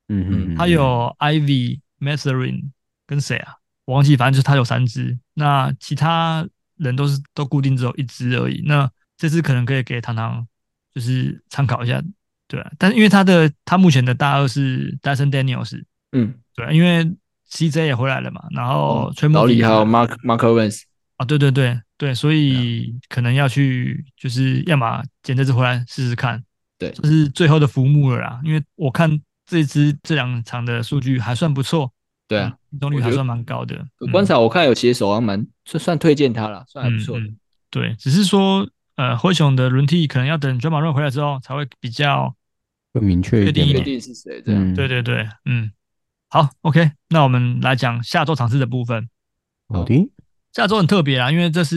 D: 嗯嗯，
B: 他有 Ivy、m a s t e r i n 跟谁啊？我忘记，反正就是他有三只，那其他人都是都固定只有一只而已。那这只可能可以给糖糖就是参考一下，对、啊。但是因为他的他目前的大二是 Dyson Daniels，
E: 嗯，
B: 对啊、因为 CJ 也回来了嘛，然后吹
E: 哦老
B: 木
E: 李还有
B: 啊，
E: Mark Mark Evans，
B: 啊，对对对对，所
E: 啊
B: 以可能要去就是要么捡这只回来试试看，
E: 对
B: 这是最后的浮木了啦。因为我看这只这两场的数据还算不错，
E: 对啊，，
B: 命中率
E: 我觉
B: 还
E: 得
B: 算蛮高的。嗯
E: 观察我看有写手好像蛮算算推荐他了，算还不错的
B: 嗯，嗯对，只是说呃，灰熊的轮替可能要等 j a m a r 回来之后才会比较。
D: 更明确一点
B: 确
D: 吧，
E: 确
B: 定
E: 定是谁啊这样。
D: 嗯，
B: 对对对，嗯，好，OK，那我们来讲下周场次的部分。
D: 好的，
B: 下周很特别啊，因为这是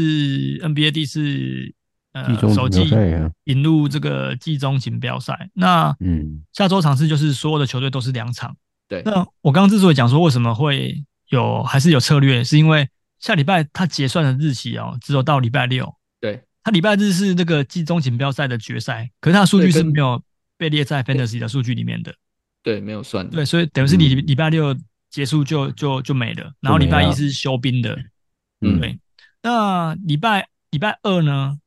B: NBA 第四
D: 季
B: 呃
D: 中
B: 首
D: 锦
B: 季
D: 标赛啊，
B: 引入这个季中锦标赛。那
D: 嗯，
B: 下周场次就是所有的球队都是两场。
E: 对
B: 那我刚刚之所以讲说为什么会有还是有策略，是因为下礼拜它结算的日期哦，只有到礼拜六。
E: 对，
B: 它礼拜日是这个季中锦标赛的决赛，可是它的数据
E: 对
B: 是
E: 跟
B: 没有被列在 Fantasy 的数据里面的。
E: 对，没有算的。
B: 对，所以等于是你
D: 嗯
B: 礼拜六结束就就就没了，然后礼拜一
D: 了
B: 是休兵的。
E: 啊嗯
B: 对，那礼拜礼拜二呢？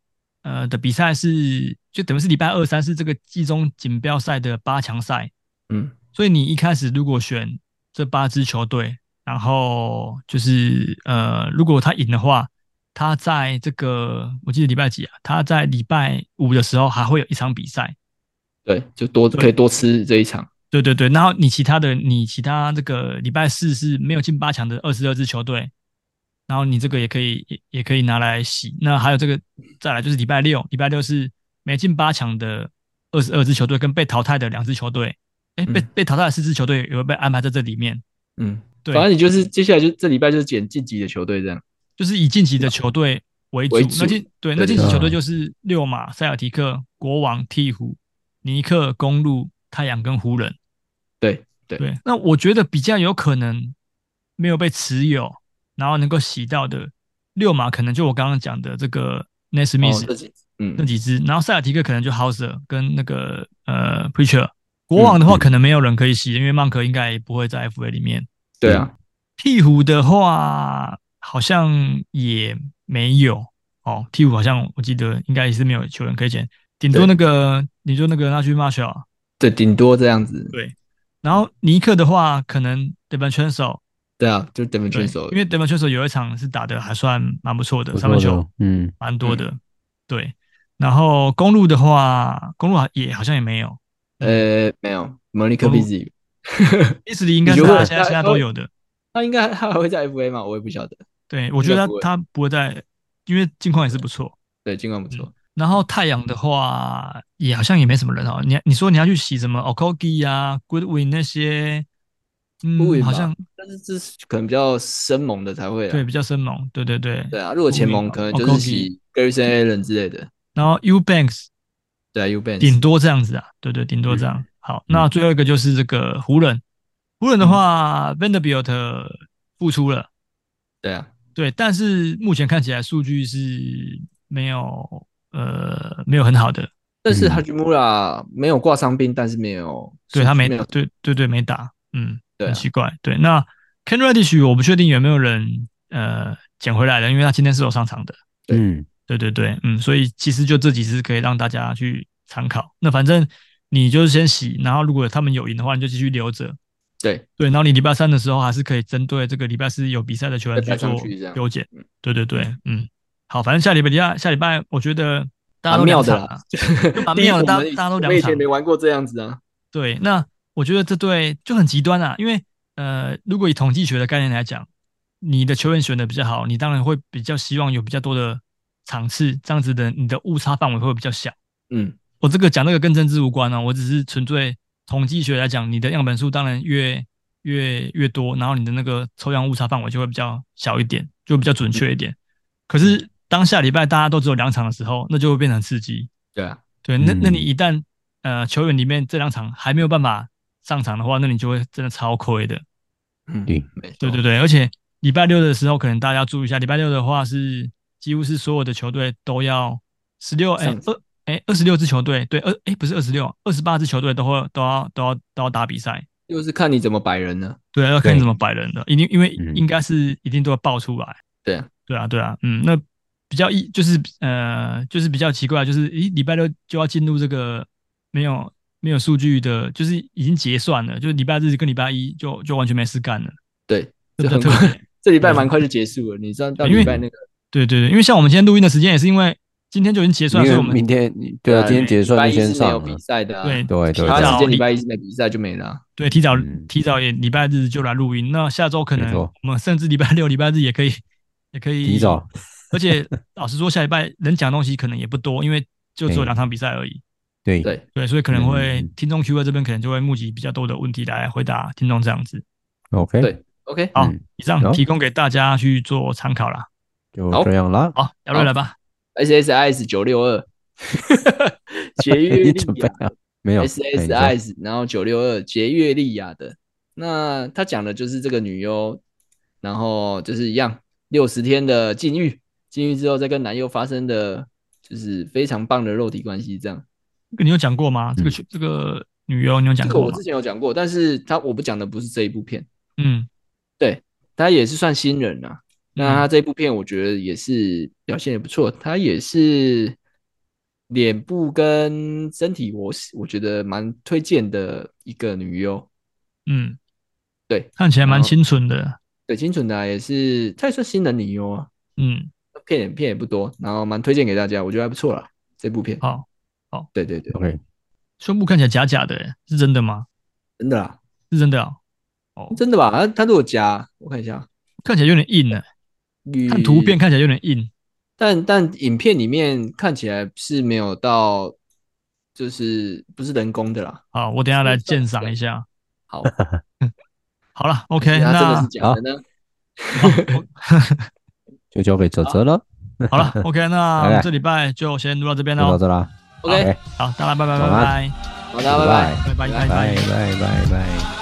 B: 呃的比赛是就等于是礼拜二三是这个季中锦标赛的八强赛，
E: 嗯，
B: 所以你一开始如果选这八支球队，然后就是呃，如果他赢的话，他在这个我记得礼拜几啊？他在礼拜五的时候还会有一场比赛。
E: 对，就多
B: 对
E: 可以多吃这一场。
B: 对对对，然后你其他的你其他这个礼拜四是没有进八强的二十二支球队，然后你这个也可以也也可以拿来洗。那还有这个再来就是礼拜六，礼拜六是没进八强的二十二支球队跟被淘汰的两支球队，哎，被
E: 嗯
B: 被淘汰的四支球队也会被安排在这里面。
E: 嗯，
B: 对，
E: 反正你就是接下来就是这礼拜就是捡晋级的球队这样。
B: 就是以晋级的球队为主。
E: 为主
B: 那晋对
E: 对
B: 那晋级
D: 对
B: 球队就是六马、塞尔提克、国王、鹈鹕、尼克、公路、太阳跟湖人。
E: 对对
B: 对，那我觉得比较有可能没有被持有，然后能够洗到的六马，可能就我刚刚讲的这个 n e s m i
E: 哦
B: t，
E: 这
B: h
E: 几嗯
B: 那几支，然后塞尔提克可能就 Hauser 跟那个呃 Preacher。国
E: 嗯
B: 王的话，可能没有人可以洗，因为曼克应该也不会在 FA 里面。
E: 对啊，
B: 鹈鹕的话，好像也没有哦。鹈鹕好像我记得应该也是没有球员可以捡，顶多
E: 对
B: 那个你说那个那句 Marshall，
E: 对，顶多这样子。
B: 对。然后尼克的话，可能 d e v o n c h a n s o
E: 对啊，就是 d e v i n
B: 对
E: s o
B: 因为 d e m a c h o 有一场是打的还算蛮不错的，
D: 不
B: 三分
D: 错的
B: 球
D: 哦嗯，
B: 蛮多的，对。然后公路的话，公路好也好像也没有，
E: 呃没有 Monica
B: 公路
E: Busy，
B: 伊斯里应该是
E: 如果
B: 他现在
E: 他
B: 现在都有的。
E: 他应该他还会在 FA 嘛？我也不晓得。
B: 对，我觉得
E: 应该不会
B: 他他不会在，因为近况也是不错。
E: 对，尽管不错，
B: 然后太阳的话，也好像也没什么人哦。你你说你要去洗什么 Okogi 啊、Goodwin 那些，
E: 不
B: 嗯，
E: 赢
B: 好
E: 吧
B: 像
E: 但是这是可能比较生猛的才会啦。
B: 对哦比较生猛，对对对。
E: 对啊，如果前
B: 不
E: 盟
B: 赢吧
E: 可能就
B: Okogie
E: 是洗 Garrison Allen 之类的，
B: 然后 U Banks
E: 对啊 u b a n
B: 顶多这样子啊，对对，顶多这样。好，那最后一个就是这个湖人，湖人的话，Vanderbilt 复出了，
E: 对啊，
B: 对，但是目前看起来数据是没有呃没有很好的，
E: 但是
D: 嗯
E: Hajimura 没有挂伤病，但是没有，
B: 对他没
E: 没有，
B: 对对对没打，嗯，
E: 对
B: 很
E: 啊
B: 奇怪。对，那 Ken Radish 我不确定有没有人呃捡回来的，因为他今天是有上场的。
E: 对
D: 嗯，
B: 对对对，嗯，所以其实就这几支可以让大家去参考。那反正你就是先洗，然后如果他们有赢的话，你就继续留着。
E: 对
B: 对，然后你礼拜三的时候还是可以针对这个礼拜四有比赛的球员
E: 再
B: 去
E: 摆上
B: 做
E: 去这样
B: 优解
E: 嗯。
B: 对对对，嗯，好，反正下礼拜下下礼拜我觉得大家都
E: 蛮妙的
B: 两场啊，
E: 啦
B: 就蛮妙的，大
E: 我
B: 家
E: 们
B: 大家都
E: 我
B: 两
E: 们以
B: 场
E: 前。没玩过这样子啊，
B: 对，那我觉得这对就很极端啊，因为呃，如果以统计学的概念来讲，你的球员选的比较好，你当然会比较希望有比较多的场次，这样子的你的误差范围会比较小。
E: 嗯，
B: 我这个讲这个跟政治无关啊，我只是纯粹统计学来讲，你的样本数当然越越越多，然后你的那个抽样误差范围就会比较小一点，就比较准确一点。可是当下礼拜大家都只有两场的时候，那就会变成刺激。
E: 对啊，
B: 对，那那你
D: 嗯
B: 一旦呃球员里面这两场还没有办法上场的话，那你就会真的超亏的。
E: 嗯，
D: 对
E: 没错，
B: 对对对，而且礼拜六的时候，可能大家注意一下，礼拜六的话是几乎是所有的球队都要十六哎
E: 上场
B: 二哎二十六支球队，对二哎不是二十六，二十八支球队都会都要都要都要打比赛。
E: 就是看你怎么摆人呢，
B: 对，啊要看你
D: 对
B: 怎么摆人的，一定因为
D: 嗯
B: 应该是一定都会爆出来。
E: 对啊，
B: 对啊，对啊，嗯，那比较一就是呃，就是比较奇怪，就是诶，礼拜六就要进入这个没有没有数据的，就是已经结算了，就是礼拜日跟礼拜一就就完全没事干了，
E: 对，
B: 这
E: 就
B: 比较
E: 很
B: 特
E: 快，
B: 别。
E: 这礼拜蛮快就结束了，你知道到
B: 因为
E: 礼拜那个，
B: 对对对，因为像我们今天录音的时间也是因为今天就已经结
D: 因
B: 算，所以
D: 为
B: 我们
D: 明天对啊，今天结
E: 礼拜
D: 算
E: 一
D: 就先
E: 是没有
D: 上
E: 比
D: 了，
E: 赛的啊，
B: 对
D: 对对
E: 其他
B: 早
E: 时间
B: 一
E: 礼拜一没比赛就没了啊，
B: 对提早
D: 嗯
B: 提早也礼拜日就来录音，那下周可
D: 没
B: 能
D: 错
B: 我们甚至礼拜六、礼拜日也可以也可以
D: 提早，
B: 而且老实说，下礼拜能讲的东西可能也不多，因为就只有
D: 对
B: 两场比赛而已。
D: 对
E: 对，
B: 对，所以可能会、
D: 嗯
B: 听众 Q&A 这边可能就会募集比较多的问题来回答听众这样子。
D: ，OK，
E: 对，OK，
B: 好，
D: 嗯
B: 以上
D: 好
B: 提供给大家去做参考啦。
D: 就
E: 好
D: 这样啦。
B: 好，亚瑞来吧。
E: SSIS 九六 二，节约
D: 你准
E: 利
D: 备
E: 亚
D: 啊？没有哎你说
E: SSIS，然后九六二节约利亚的。那他讲的就是这个女优，然后就是一样六十天的禁欲，禁欲之后再跟男优发生的，就是非常棒的肉体关系。这样，
B: 这个你有讲过吗？
D: 嗯
B: 这个去这个女优你有
E: 这
B: 讲
E: 个
B: 过
E: 我
B: 吗
E: 之？前有讲过，但是他我不讲的不是这一部片，
B: 嗯，
E: 他也是算新人啊。那他这一部片我觉得也是表现也不错，他也是脸部跟身体我是我觉得蛮推荐的一个女优。
B: 嗯，
E: 对，
B: 看起来蛮
E: 然后
B: 清纯的。
E: 对，清纯的啊也是，他也算新人女优啊，
B: 嗯，
E: 片也片也不多，然后蛮推荐给大家，我觉得还不错啦。这部片，
B: 好，
E: 对对对，
D: OK，
B: 胸部看起来假假的欸，是真的吗？
E: 真的啦，
B: 是真的哦。哦，
E: 真的吧？他他如果夹，我看一下，
B: 看起来有点硬呢，
E: 与
B: 看图片，看起来有点硬。
E: 但但影片里面看起来是没有到，就是不是人工的啦。
B: 好，我等一下来
E: 是这样
B: 鉴
E: 子
B: 赏一下。
E: 好
B: 好了，OK，
E: 他真的
B: 那
E: 是假的呢？
D: 就交给哲哲了，
B: 好了，OK，那我
D: 拜
B: 们
D: 拜
B: 这礼拜就先录到这边
D: 就到
B: 喽。
D: 这啦。
E: OK，
B: 好，大家拜拜拜
D: 晚安
B: 拜
E: 好的，拜
B: 拜
E: 拜。
B: 拜拜
D: 拜
B: 拜。
D: 拜拜拜拜。